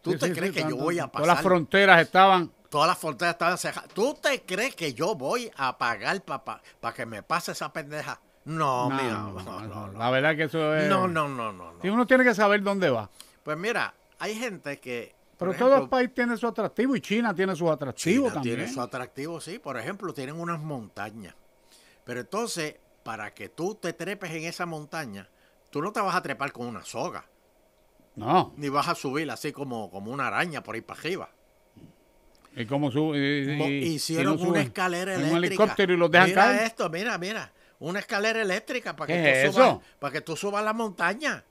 Speaker 2: ¿Tú
Speaker 1: Sí,
Speaker 2: te
Speaker 1: sí,
Speaker 2: crees
Speaker 1: sí,
Speaker 2: que yo
Speaker 1: tanto-
Speaker 2: voy a
Speaker 1: Todas las
Speaker 2: pasar?
Speaker 1: fronteras estaban.
Speaker 2: todas las fronteras estaban cerradas. ¿Tú te crees que yo voy a pagar para que me pase esa pendeja? No,
Speaker 1: No,
Speaker 2: mira,
Speaker 1: no,
Speaker 2: no,
Speaker 1: no,
Speaker 2: no, no.
Speaker 1: La verdad que eso es.
Speaker 2: No, no, no, no, no.
Speaker 1: Sí, uno tiene que saber dónde va.
Speaker 2: Pues mira, hay gente que. por
Speaker 1: Pero
Speaker 2: ejemplo,
Speaker 1: todo país tiene su atractivo y China tiene sus atractivos
Speaker 2: China
Speaker 1: también.
Speaker 2: tiene su atractivo, sí. Por ejemplo, tienen unas montañas. Pero entonces, para que tú te trepes en esa montaña, tú no te vas a trepar con una soga.
Speaker 1: No.
Speaker 2: ni vas a subir así como, como una araña por ahí para arriba.
Speaker 1: ¿Y cómo sube? Y,
Speaker 2: Mo-
Speaker 1: y- y
Speaker 2: Hicieron
Speaker 1: no sube.
Speaker 2: una escalera
Speaker 1: En
Speaker 2: eléctrica.
Speaker 1: un helicóptero y los dejan
Speaker 2: mira este,
Speaker 1: caer.
Speaker 2: esto, mira, mira. Una escalera eléctrica para
Speaker 1: ¿Qué
Speaker 2: que,
Speaker 1: es
Speaker 2: tú subas,
Speaker 1: eso?
Speaker 2: para que tú subas la montaña.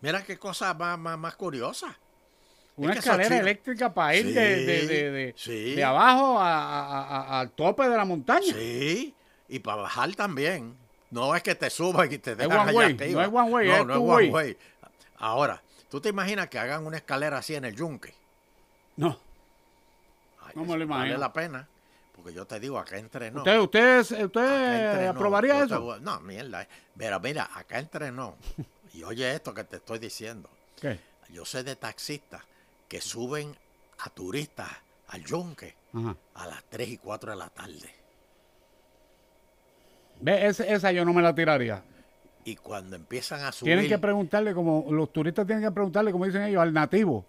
Speaker 2: Mira qué cosa más, más, más curiosa.
Speaker 1: Una
Speaker 2: que eso es
Speaker 1: escalera
Speaker 2: chino.
Speaker 1: eléctrica para ir de, de, de, de-
Speaker 2: este Sí, sí.
Speaker 1: de abajo a- a- a- al tope de la montaña.
Speaker 2: Sí. Y para bajar también. No es que te subas y te
Speaker 1: Es
Speaker 2: dejan
Speaker 1: one
Speaker 2: allá
Speaker 1: way,
Speaker 2: arriba.
Speaker 1: no es one way,
Speaker 2: No,
Speaker 1: es
Speaker 2: no es
Speaker 1: two
Speaker 2: one
Speaker 1: way.
Speaker 2: way. Ahora, ¿tú te imaginas que hagan una escalera así en el yunque?
Speaker 1: No.
Speaker 2: Ay,
Speaker 1: No me lo
Speaker 2: eso Vale
Speaker 1: imagino.
Speaker 2: la pena. Porque yo te digo, acá entrenó.
Speaker 1: ¿Usted, usted,
Speaker 2: Acá
Speaker 1: usted
Speaker 2: entre no,
Speaker 1: Eh, aprobaría
Speaker 2: yo te
Speaker 1: eso?
Speaker 2: voy- no, mierda. eh. Pero mira, acá entrenó. Y oye esto que te estoy diciendo.
Speaker 1: ¿Qué?
Speaker 2: Yo sé de taxistas que suben a turistas al yunque
Speaker 1: Ajá.
Speaker 2: a las 3 y 4 de la tarde.
Speaker 1: Ve, esa, esa yo no me la tiraría.
Speaker 2: Y cuando empiezan a subir...
Speaker 1: Tienen que preguntarle, como los turistas tienen que preguntarle, como dicen ellos, al nativo.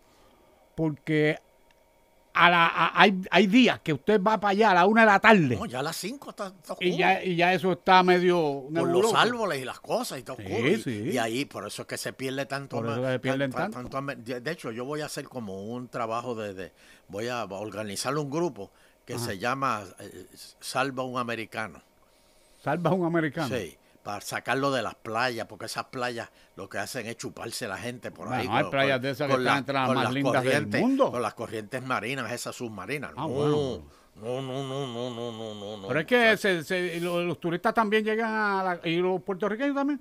Speaker 1: Porque a la- a- hay, hay días que usted va para allá a la una de la tarde
Speaker 2: No, ya a las 5 está, está
Speaker 1: y,
Speaker 2: oscuro.
Speaker 1: ya, y ya eso está medio.
Speaker 2: Por los
Speaker 1: nebuloso.
Speaker 2: árboles y las cosas y está
Speaker 1: Sí,
Speaker 2: oscuro. Y-
Speaker 1: sí.
Speaker 2: Y, ahí, por eso es que se pierde tanto
Speaker 1: Por
Speaker 2: ama-
Speaker 1: eso se pierden
Speaker 2: tan- tan-
Speaker 1: tanto.
Speaker 2: ama- De de hecho, yo voy a hacer como un trabajo de... de- voy a organizar un grupo que se llama eh, Salva un Americano.
Speaker 1: Salva a un americano.
Speaker 2: Sí, para sacarlo de las playas, porque esas playas lo que hacen es chuparse la gente por
Speaker 1: Bueno,
Speaker 2: ahí.
Speaker 1: hay playas de esas que están entre las más lindas del
Speaker 2: corrientes-
Speaker 1: mundo.
Speaker 2: Con las corrientes marinas, esas submarinas.
Speaker 1: Ah,
Speaker 2: no,
Speaker 1: bueno.
Speaker 2: no, no, no, no, no, no, no, no.
Speaker 1: Pero es que se- se- lo- los, turistas también llegan a la, y los puertorriqueños también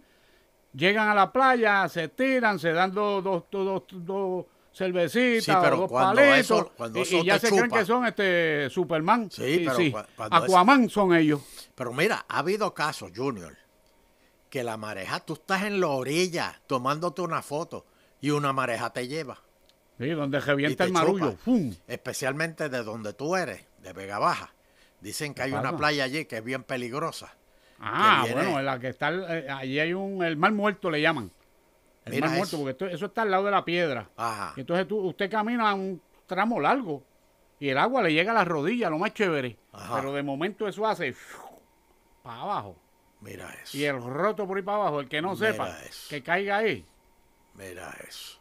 Speaker 1: llegan a la playa, se tiran, se dan dos, dos, dos, dos- dos cervecitas,
Speaker 2: Sí, pero
Speaker 1: dos
Speaker 2: cuando
Speaker 1: palitos,
Speaker 2: eso- cuando
Speaker 1: y,
Speaker 2: eso
Speaker 1: y ya
Speaker 2: te
Speaker 1: se creen
Speaker 2: chupa.
Speaker 1: que son este Superman,
Speaker 2: Sí,
Speaker 1: y
Speaker 2: pero cua- cuando es-
Speaker 1: Aquaman son ellos.
Speaker 2: Pero mira, ha habido casos, Junior, que la mareja, tú estás en la orilla tomándote una foto y una mareja te lleva.
Speaker 1: Sí, donde
Speaker 2: y
Speaker 1: revienta
Speaker 2: te
Speaker 1: el marullo.
Speaker 2: chupa.
Speaker 1: ¡fum!
Speaker 2: Especialmente de donde tú eres, de Vega Baja. Dicen que hay una
Speaker 1: pasa?
Speaker 2: playa allí que es bien peligrosa.
Speaker 1: Ah,
Speaker 2: viene-
Speaker 1: bueno, en la que está, el- eh, allí hay un, el mar muerto le llaman. El
Speaker 2: Mira
Speaker 1: mar muerto,
Speaker 2: eso.
Speaker 1: porque esto- eso está al lado de la piedra.
Speaker 2: Ajá.
Speaker 1: Y Entonces tú, usted camina un tramo largo y el agua le llega a las rodillas, lo más chévere.
Speaker 2: Ajá.
Speaker 1: Pero de momento eso hace para abajo.
Speaker 2: Mira eso.
Speaker 1: Y el roto por ahí para abajo, el que no
Speaker 2: Mira
Speaker 1: sepa
Speaker 2: eso.
Speaker 1: que caiga ahí.
Speaker 2: Mira eso.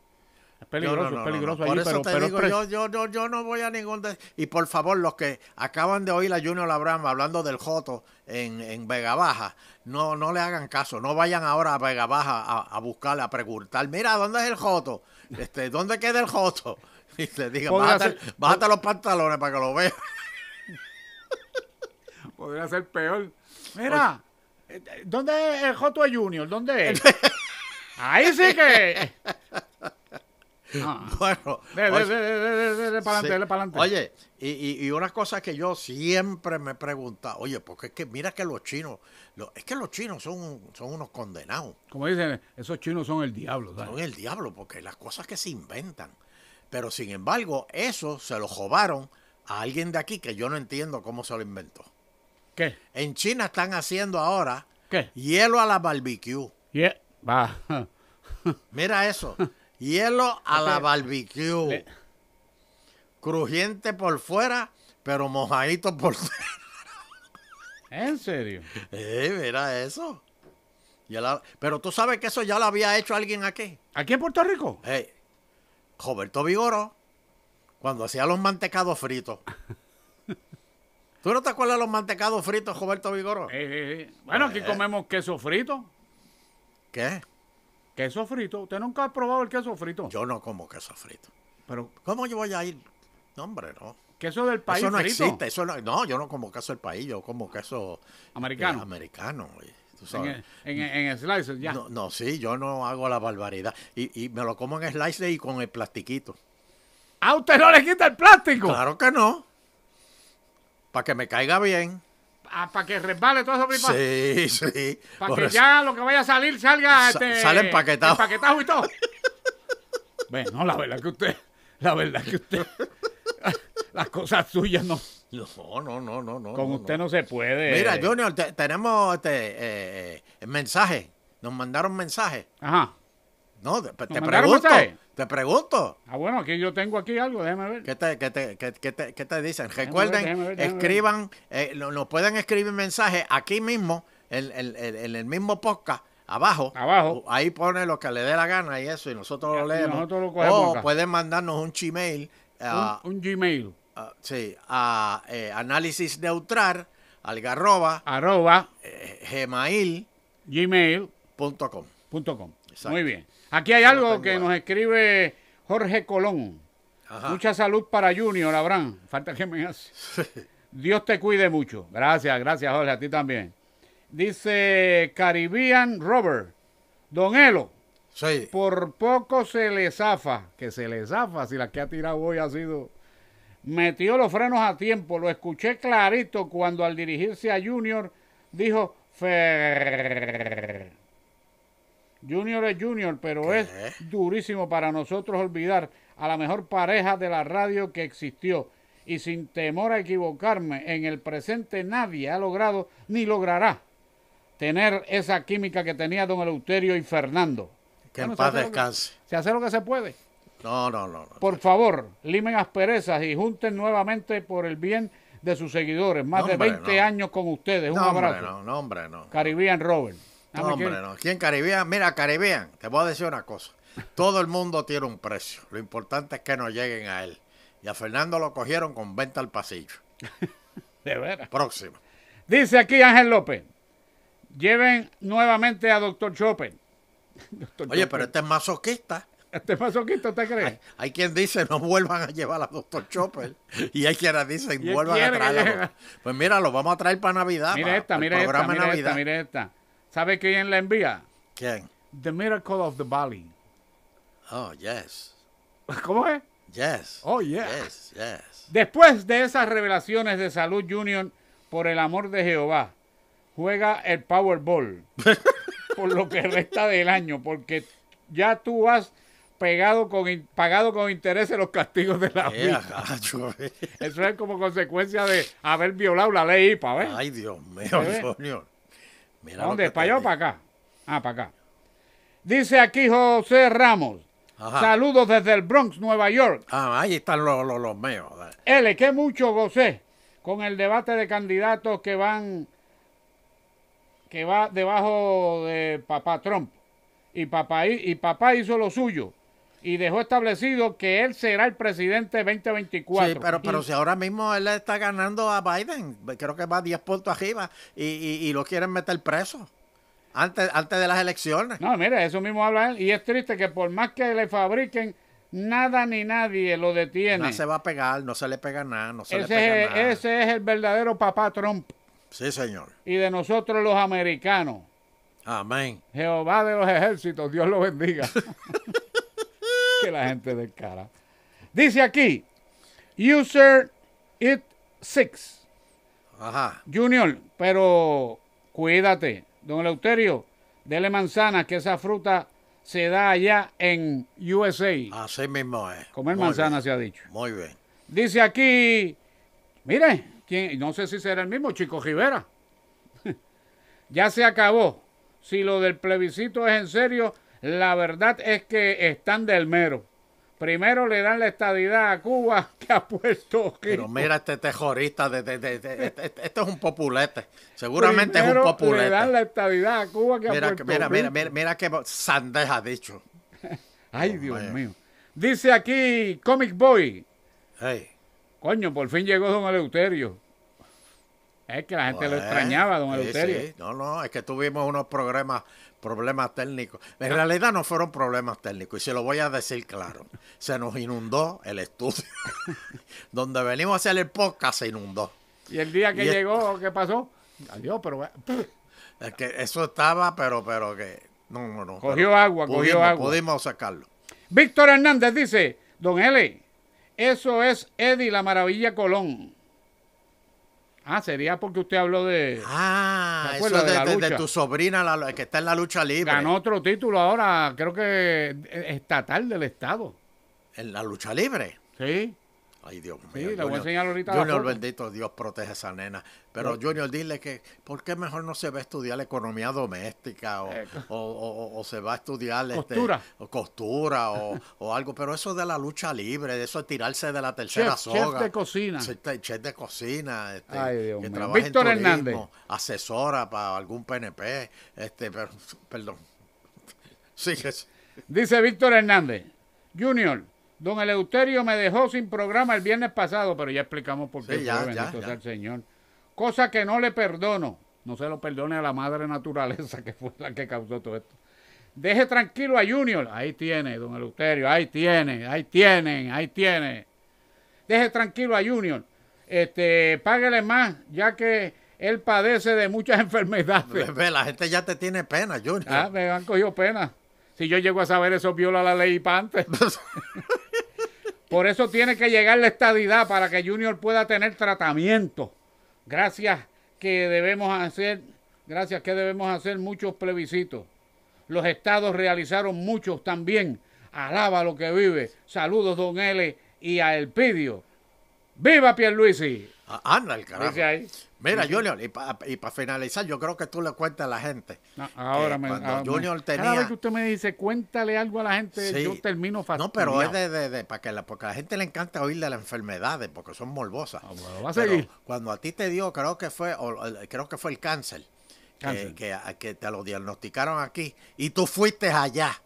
Speaker 1: Es peligroso,
Speaker 2: No, no, no,
Speaker 1: es
Speaker 2: no,
Speaker 1: peligroso
Speaker 2: no.
Speaker 1: allí,
Speaker 2: Por eso
Speaker 1: pero,
Speaker 2: te
Speaker 1: pero es
Speaker 2: digo,
Speaker 1: pres-
Speaker 2: yo, yo, yo, yo no voy a ningún... de- Y por favor, los que acaban de oír a Junior Labram hablando del Joto en, en Vega Baja, no, no le hagan caso, no vayan ahora a Vega Baja a, a buscar, a preguntar, mira, ¿dónde es el Joto? Este, ¿Dónde queda el Joto? Y le digan,
Speaker 1: Podría
Speaker 2: bájate,
Speaker 1: ser-
Speaker 2: bájate los pantalones para que lo vean.
Speaker 1: Podría ser peor. Mira, eh, eh, ¿dónde es el Joto Junior? ¿Dónde es? Ahí sí que. Ah,
Speaker 2: Bueno,
Speaker 1: de- de-
Speaker 2: oye,
Speaker 1: de- de- de- de- de para adelante,
Speaker 2: Sí.
Speaker 1: de para adelante.
Speaker 2: Oye, y, y, y una cosa que yo siempre me he preguntado, oye, porque es que mira que los chinos, lo- es que los chinos son, un- son unos condenados,
Speaker 1: Como dicen, esos chinos son el diablo. ¿sabes?
Speaker 2: son el diablo, porque las cosas que se inventan. Pero sin embargo, eso se lo robaron a alguien de aquí que yo no entiendo cómo se lo inventó.
Speaker 1: ¿Qué?
Speaker 2: En China están haciendo ahora
Speaker 1: ¿Qué?
Speaker 2: hielo a la barbecue.
Speaker 1: Yeah. Va.
Speaker 2: Mira eso, hielo a la
Speaker 1: Este-
Speaker 2: barbecue.
Speaker 1: le-
Speaker 2: Crujiente por fuera, pero mojadito por dentro.
Speaker 1: ¿En serio?
Speaker 2: Eh, mira eso. Ya la- pero tú sabes que eso ya lo había hecho alguien aquí.
Speaker 1: ¿Aquí en Puerto Rico?
Speaker 2: Eh, Roberto Vigoro, cuando hacía los mantecados fritos. ¿Tú no te acuerdas de los mantecados fritos, Roberto Vigoro?
Speaker 1: Eh. Bueno, aquí
Speaker 2: Eh.
Speaker 1: comemos queso frito.
Speaker 2: ¿Qué?
Speaker 1: Queso frito. Usted nunca ha probado el queso frito.
Speaker 2: Yo no como queso frito.
Speaker 1: Pero
Speaker 2: ¿Cómo yo voy a ir? No, hombre, no.
Speaker 1: queso del país
Speaker 2: Eso no
Speaker 1: frito.
Speaker 2: existe. Eso no, no, yo no como queso del país, yo como queso
Speaker 1: Americano.
Speaker 2: eh, americano. eh, tú
Speaker 1: En,
Speaker 2: sabes.
Speaker 1: en, en slices, ya.
Speaker 2: No, no, sí, yo no hago la barbaridad. Y, y me lo como en slice y con el plastiquito.
Speaker 1: ¡Ah, usted no le quita el plástico!
Speaker 2: Claro que no. Para que me caiga bien.
Speaker 1: para Ah, que resbale todo eso para
Speaker 2: Sí, sí. Por
Speaker 1: que
Speaker 2: eso-
Speaker 1: ya lo que vaya a salir salga.
Speaker 2: Sa-
Speaker 1: este,
Speaker 2: sale empaquetado.
Speaker 1: Empaquetado y todo. bueno, la verdad que usted. La verdad que usted. las cosas suyas no.
Speaker 2: No, no, no, no, no.
Speaker 1: Con
Speaker 2: no,
Speaker 1: usted
Speaker 2: no.
Speaker 1: no se puede.
Speaker 2: Mira, Junior, te- tenemos este eh, eh, mensaje. Nos mandaron mensaje.
Speaker 1: Ajá.
Speaker 2: No, te, te
Speaker 1: mandaron
Speaker 2: pregunto.
Speaker 1: mensaje?
Speaker 2: Te pregunto.
Speaker 1: Ah, bueno, aquí yo tengo aquí algo, déjame ver.
Speaker 2: ¿Qué te, qué te- qué- qué te- qué te dicen?
Speaker 1: ver,
Speaker 2: Recuerden,
Speaker 1: déjame ver, déjame ver.
Speaker 2: escriban, eh, lo- nos pueden escribir mensajes aquí mismo, en, en- en- en el mismo podcast, abajo.
Speaker 1: Abajo.
Speaker 2: O- Ahí pone lo que le dé la gana y eso, y nosotros lo
Speaker 1: Y
Speaker 2: leemos.
Speaker 1: nosotros lo cogemos
Speaker 2: o
Speaker 1: acá.
Speaker 2: pueden mandarnos un Gmail ah, a,
Speaker 1: un, un Gmail.
Speaker 2: a- Ah, sí, a eh, análisis neutral, algarroba,
Speaker 1: Arroba
Speaker 2: eh, gmail.com.
Speaker 1: gmail.com.
Speaker 2: Exacto.
Speaker 1: Muy bien. Aquí hay
Speaker 2: Yo
Speaker 1: algo
Speaker 2: tengo
Speaker 1: que
Speaker 2: ahí.
Speaker 1: nos escribe Jorge Colón.
Speaker 2: Ajá.
Speaker 1: Mucha salud para Junior, Abraham. Falta que me hace. Dios te cuide mucho. Gracias, gracias, Jorge. A ti también. Dice Caribbean Robert. Don Elo,
Speaker 2: Sí.
Speaker 1: por poco se le zafa. Que se le zafa si la que ha tirado hoy ha sido. Metió los frenos a tiempo. Lo escuché clarito cuando al dirigirse a Junior dijo Fer. Junior es Junior, pero
Speaker 2: ¿Qué?
Speaker 1: es durísimo para nosotros olvidar a la mejor pareja de la radio que existió. Y sin temor a equivocarme, en el presente nadie ha logrado ni logrará tener esa química que tenía don Eleuterio y Fernando.
Speaker 2: Que
Speaker 1: Bueno, se
Speaker 2: en paz
Speaker 1: hace lo que-
Speaker 2: descanse.
Speaker 1: Se hace lo que se puede.
Speaker 2: No, no, no. no.
Speaker 1: Por favor, limen asperezas y junten nuevamente por el bien de sus seguidores. Más
Speaker 2: No,
Speaker 1: de
Speaker 2: hombre,
Speaker 1: 20
Speaker 2: no.
Speaker 1: años con ustedes. Un
Speaker 2: No, hombre,
Speaker 1: abrazo.
Speaker 2: no, no, hombre, no.
Speaker 1: Caribbean Robert. Ah,
Speaker 2: No,
Speaker 1: me
Speaker 2: hombre,
Speaker 1: quiere-
Speaker 2: no. ¿Quién Caribbean? Mira, Caribbean, te voy a decir una cosa. Todo el mundo tiene un precio. Lo importante es que no lleguen a él. Y a Fernando lo cogieron con venta al pasillo.
Speaker 1: De veras.
Speaker 2: Próximo.
Speaker 1: Dice aquí Ángel López. Lleven nuevamente a Dr. Chopper. Dr.
Speaker 2: Oye,
Speaker 1: Chopper,
Speaker 2: pero este es masoquista.
Speaker 1: Este masoquista, ¿usted cree?
Speaker 2: Hay, hay quien dice no vuelvan a llevar a Dr. Chopper. Y hay quienes dicen
Speaker 1: Y él
Speaker 2: vuelvan a
Speaker 1: quiere que
Speaker 2: traer a
Speaker 1: llegue.
Speaker 2: Dr. Pues mira, lo vamos a traer para Navidad.
Speaker 1: Mire
Speaker 2: para
Speaker 1: esta,
Speaker 2: ah, el
Speaker 1: mire esta,
Speaker 2: programa de
Speaker 1: mire esta,
Speaker 2: Navidad.
Speaker 1: mire esta. ¿Sabe quién la envía?
Speaker 2: ¿Quién?
Speaker 1: The Miracle of the Valley.
Speaker 2: Oh, yes.
Speaker 1: ¿Cómo es?
Speaker 2: Yes.
Speaker 1: Oh, yeah.
Speaker 2: Yes, yes.
Speaker 1: Después de esas revelaciones de Salud Junior, por el amor de Jehová, juega el Powerball por lo que resta del año, porque ya tú has pegado con in- pagado con interés los castigos de la
Speaker 2: Eh,
Speaker 1: vida.
Speaker 2: ajá, yo-
Speaker 1: Eso es como consecuencia de haber violado la ley IPA, ¿ves?
Speaker 2: Ay, Dios mío,
Speaker 1: ve?
Speaker 2: Junior. Mira lo
Speaker 1: ¿Dónde?
Speaker 2: que te
Speaker 1: ¿Para allá o
Speaker 2: digo.
Speaker 1: para acá? Ah, para acá. Dice aquí José Ramos.
Speaker 2: Ajá.
Speaker 1: Saludos desde el Bronx, Nueva York.
Speaker 2: Ah, ahí están los, los, los míos.
Speaker 1: L, que mucho gocé con el debate de candidatos que van que va debajo de papá Trump. Y papá, hi- y papá hizo lo suyo y dejó establecido que él será el presidente 2024.
Speaker 2: Sí, pero, pero
Speaker 1: Y-
Speaker 2: si ahora mismo él está ganando a Biden, creo que va 10 puntos arriba y, y, y lo quieren meter preso antes, antes de las elecciones.
Speaker 1: No, mira, eso mismo habla él. Y es triste que por más que le fabriquen, nada ni nadie lo detiene.
Speaker 2: No se va a pegar, no se le pega nada, no se le
Speaker 1: Ese
Speaker 2: pega
Speaker 1: es,
Speaker 2: nada.
Speaker 1: ese es el verdadero papá Trump
Speaker 2: Sí, señor.
Speaker 1: y de nosotros los americanos.
Speaker 2: Amén.
Speaker 1: Jehová de los ejércitos, Dios lo bendiga. que la gente del cara. Dice aquí, user it six,
Speaker 2: Ajá.
Speaker 1: Junior, pero cuídate, don Eleuterio, dele manzanas, que esa fruta se da allá en USA.
Speaker 2: Así mismo Ah, es.
Speaker 1: Comer
Speaker 2: Muy
Speaker 1: manzanas
Speaker 2: bien,
Speaker 1: se ha dicho.
Speaker 2: Muy bien.
Speaker 1: Dice aquí, mire, ¿quién? no sé si será el mismo, Chico Rivera. ya se acabó. Si lo del plebiscito es en serio, la verdad es que están del mero. Primero le dan la estadidad a Cuba que ha puesto
Speaker 2: Pero
Speaker 1: Rico.
Speaker 2: mira este tejorista, de, de, de- de- este- este- este es un populete. Seguramente
Speaker 1: Primero
Speaker 2: es un
Speaker 1: Le dan
Speaker 2: populete.
Speaker 1: la estadidad a Cuba que ha
Speaker 2: Mira,
Speaker 1: puesto
Speaker 2: mira, mira,
Speaker 1: Rico.
Speaker 2: mira, mira qué sandeja ha dicho.
Speaker 1: Ay, Dios
Speaker 2: Vaya.
Speaker 1: mío. Dice aquí Comic Boy.
Speaker 2: Hey.
Speaker 1: Coño, por fin llegó don Eleuterio. Es que la gente lo
Speaker 2: Bueno,
Speaker 1: extrañaba, don
Speaker 2: Pues, sí,
Speaker 1: Eleuterio.
Speaker 2: sí. No, no, es que tuvimos unos programas, problemas técnicos. En realidad no fueron problemas técnicos, y se lo voy a decir claro. Se nos inundó el estudio. Donde venimos a hacer el podcast se inundó.
Speaker 1: Y el día que
Speaker 2: Y es-
Speaker 1: llegó, ¿qué pasó? Adiós, pero pff,
Speaker 2: Es que eso estaba, pero, pero que. No, no, no.
Speaker 1: Cogió
Speaker 2: pero
Speaker 1: agua, cogió
Speaker 2: pudimos-
Speaker 1: agua.
Speaker 2: Pudimos sacarlo.
Speaker 1: Víctor Hernández dice, don L, eso es Eddie la maravilla Colón. Ah, sería porque usted habló de...
Speaker 2: Ah,
Speaker 1: ¿Te
Speaker 2: eso
Speaker 1: acuerdas
Speaker 2: de,
Speaker 1: de la
Speaker 2: de- de
Speaker 1: lucha?
Speaker 2: tu sobrina la- que está en la lucha libre.
Speaker 1: Ganó otro título ahora, creo que eh, estatal del Estado.
Speaker 2: En la lucha libre.
Speaker 1: Sí.
Speaker 2: Ay, Dios mío.
Speaker 1: Sí, la voy a enseñar ahorita la
Speaker 2: Junior,
Speaker 1: foto.
Speaker 2: bendito Dios, protege a esa nena. Pero Junior, dile que, ¿por qué mejor no se va a estudiar la economía doméstica o,
Speaker 1: Eh,
Speaker 2: o- o- o- o se va a estudiar este,
Speaker 1: Costura.
Speaker 2: o costura o, o algo? Pero eso de la lucha libre, de eso de tirarse de la tercera
Speaker 1: Chef, chef
Speaker 2: soga.
Speaker 1: de cocina.
Speaker 2: Chef de, chef de cocina. este,
Speaker 1: Ay, Dios
Speaker 2: que
Speaker 1: mío.
Speaker 2: trabaja en
Speaker 1: Víctor
Speaker 2: turismo,
Speaker 1: Hernández.
Speaker 2: Asesora para algún PNP. Este, pero- perdón. Sí, que sí.
Speaker 1: Dice Víctor Hernández, Junior, don Eleuterio me dejó sin programa el viernes pasado, pero ya explicamos por qué.
Speaker 2: Sí, ya,
Speaker 1: fue,
Speaker 2: ya,
Speaker 1: bendito
Speaker 2: ya.
Speaker 1: sea el Señor. Cosa que no le perdono. No se lo perdone a la madre naturaleza que fue la que causó todo esto. Deje tranquilo a Junior. Ahí tiene, don Eleuterio. Ahí tiene, ahí tienen, ahí tiene. Deje tranquilo a Junior. Este, páguele más, ya que Él padece de muchas enfermedades.
Speaker 2: Ve, La gente ya te tiene pena, Junior.
Speaker 1: Ah, me han cogido pena. Si yo llego a saber eso, viola la ley para antes. Por eso tiene que llegar la estadidad para que Junior pueda tener tratamiento. Gracias que debemos hacer, gracias que debemos hacer muchos plebiscitos. Los estados realizaron muchos también. Alaba lo que vive. Saludos, don L y a Elpidio. ¡Viva Pierluisi!
Speaker 2: Ah, Anda el carajo.
Speaker 1: Dice ahí.
Speaker 2: Mira, Junior, y para finalizar, yo creo que tú le cuentas a la gente.
Speaker 1: No, ahora
Speaker 2: que
Speaker 1: me,
Speaker 2: Eh, cuando
Speaker 1: ahora me-
Speaker 2: Junior
Speaker 1: Cada vez
Speaker 2: tenía.
Speaker 1: que usted me dice, cuéntale algo a la gente,
Speaker 2: Sí.
Speaker 1: yo termino fácil.
Speaker 2: No, pero es de, de- de- para que la, porque a la gente le encanta oír de las enfermedades, porque son morbosas.
Speaker 1: Ah, bueno, va a
Speaker 2: Pero
Speaker 1: seguir.
Speaker 2: cuando a ti te dio, creo que fue, o- o- creo que fue el cáncer, que-
Speaker 1: Cáncer.
Speaker 2: Que, a- que te lo diagnosticaron aquí, y tú fuiste allá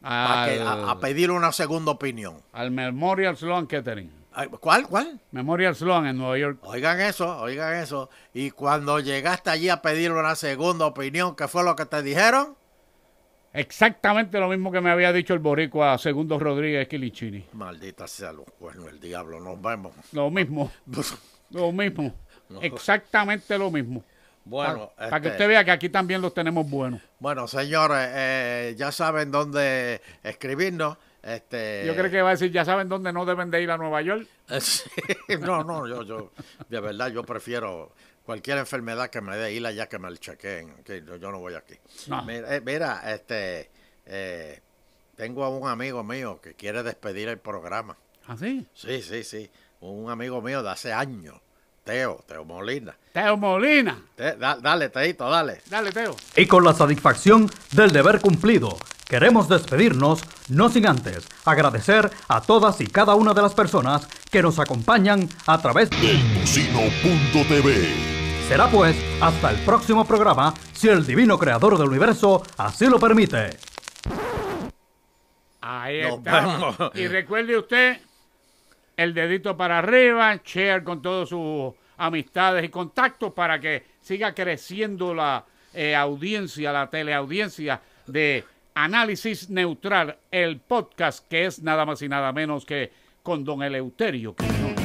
Speaker 2: para que-
Speaker 1: Al,
Speaker 2: a, a pedir una segunda opinión.
Speaker 1: al Memorial Sloan Kettering.
Speaker 2: Ay, ¿Cuál? ¿Cuál?
Speaker 1: Memorial Sloan en Nueva York.
Speaker 2: Oigan eso, oigan eso. Y cuando llegaste allí a pedir una segunda opinión, ¿qué fue lo que te dijeron?
Speaker 1: Exactamente lo mismo que me había dicho el boricua Segundo Rodríguez Quilichini.
Speaker 2: Maldita sea los cuernos, el diablo, nos vemos.
Speaker 1: Lo mismo, lo mismo. Exactamente lo mismo.
Speaker 2: Bueno,
Speaker 1: para que
Speaker 2: este,
Speaker 1: usted vea que aquí también los tenemos buenos.
Speaker 2: bueno señores, eh, ya saben dónde escribirnos. Este,
Speaker 1: Yo creo que va a decir, ya saben dónde no deben de ir a Nueva York.
Speaker 2: Sí, no, no, yo, yo, de verdad, yo prefiero cualquier enfermedad que me dé, ir allá que me la chequeen, que yo, yo no voy aquí.
Speaker 1: No.
Speaker 2: Mira, eh, mira, este, eh, tengo a un amigo mío que quiere despedir el programa.
Speaker 1: Así.
Speaker 2: Sí, sí, sí, un amigo mío de hace años, Teo, Teo Molina.
Speaker 1: Teo Molina.
Speaker 2: Te- da- dale, Teito, dale.
Speaker 1: Dale, Teo.
Speaker 3: Y con la satisfacción del deber cumplido, queremos despedirnos, no sin antes agradecer a todas y cada una de las personas que nos acompañan a través de...
Speaker 4: Elcocino.tv
Speaker 3: Será pues hasta el próximo programa, si el divino creador del universo así lo permite.
Speaker 1: Ahí
Speaker 2: Nos
Speaker 1: está.
Speaker 2: vemos.
Speaker 1: Y recuerde usted el dedito para arriba, share con todos sus amistades y contactos para que siga creciendo la eh, audiencia, la teleaudiencia de Análisis Neutral, el podcast que es nada más y nada menos que con don Eleuterio. Quiñones.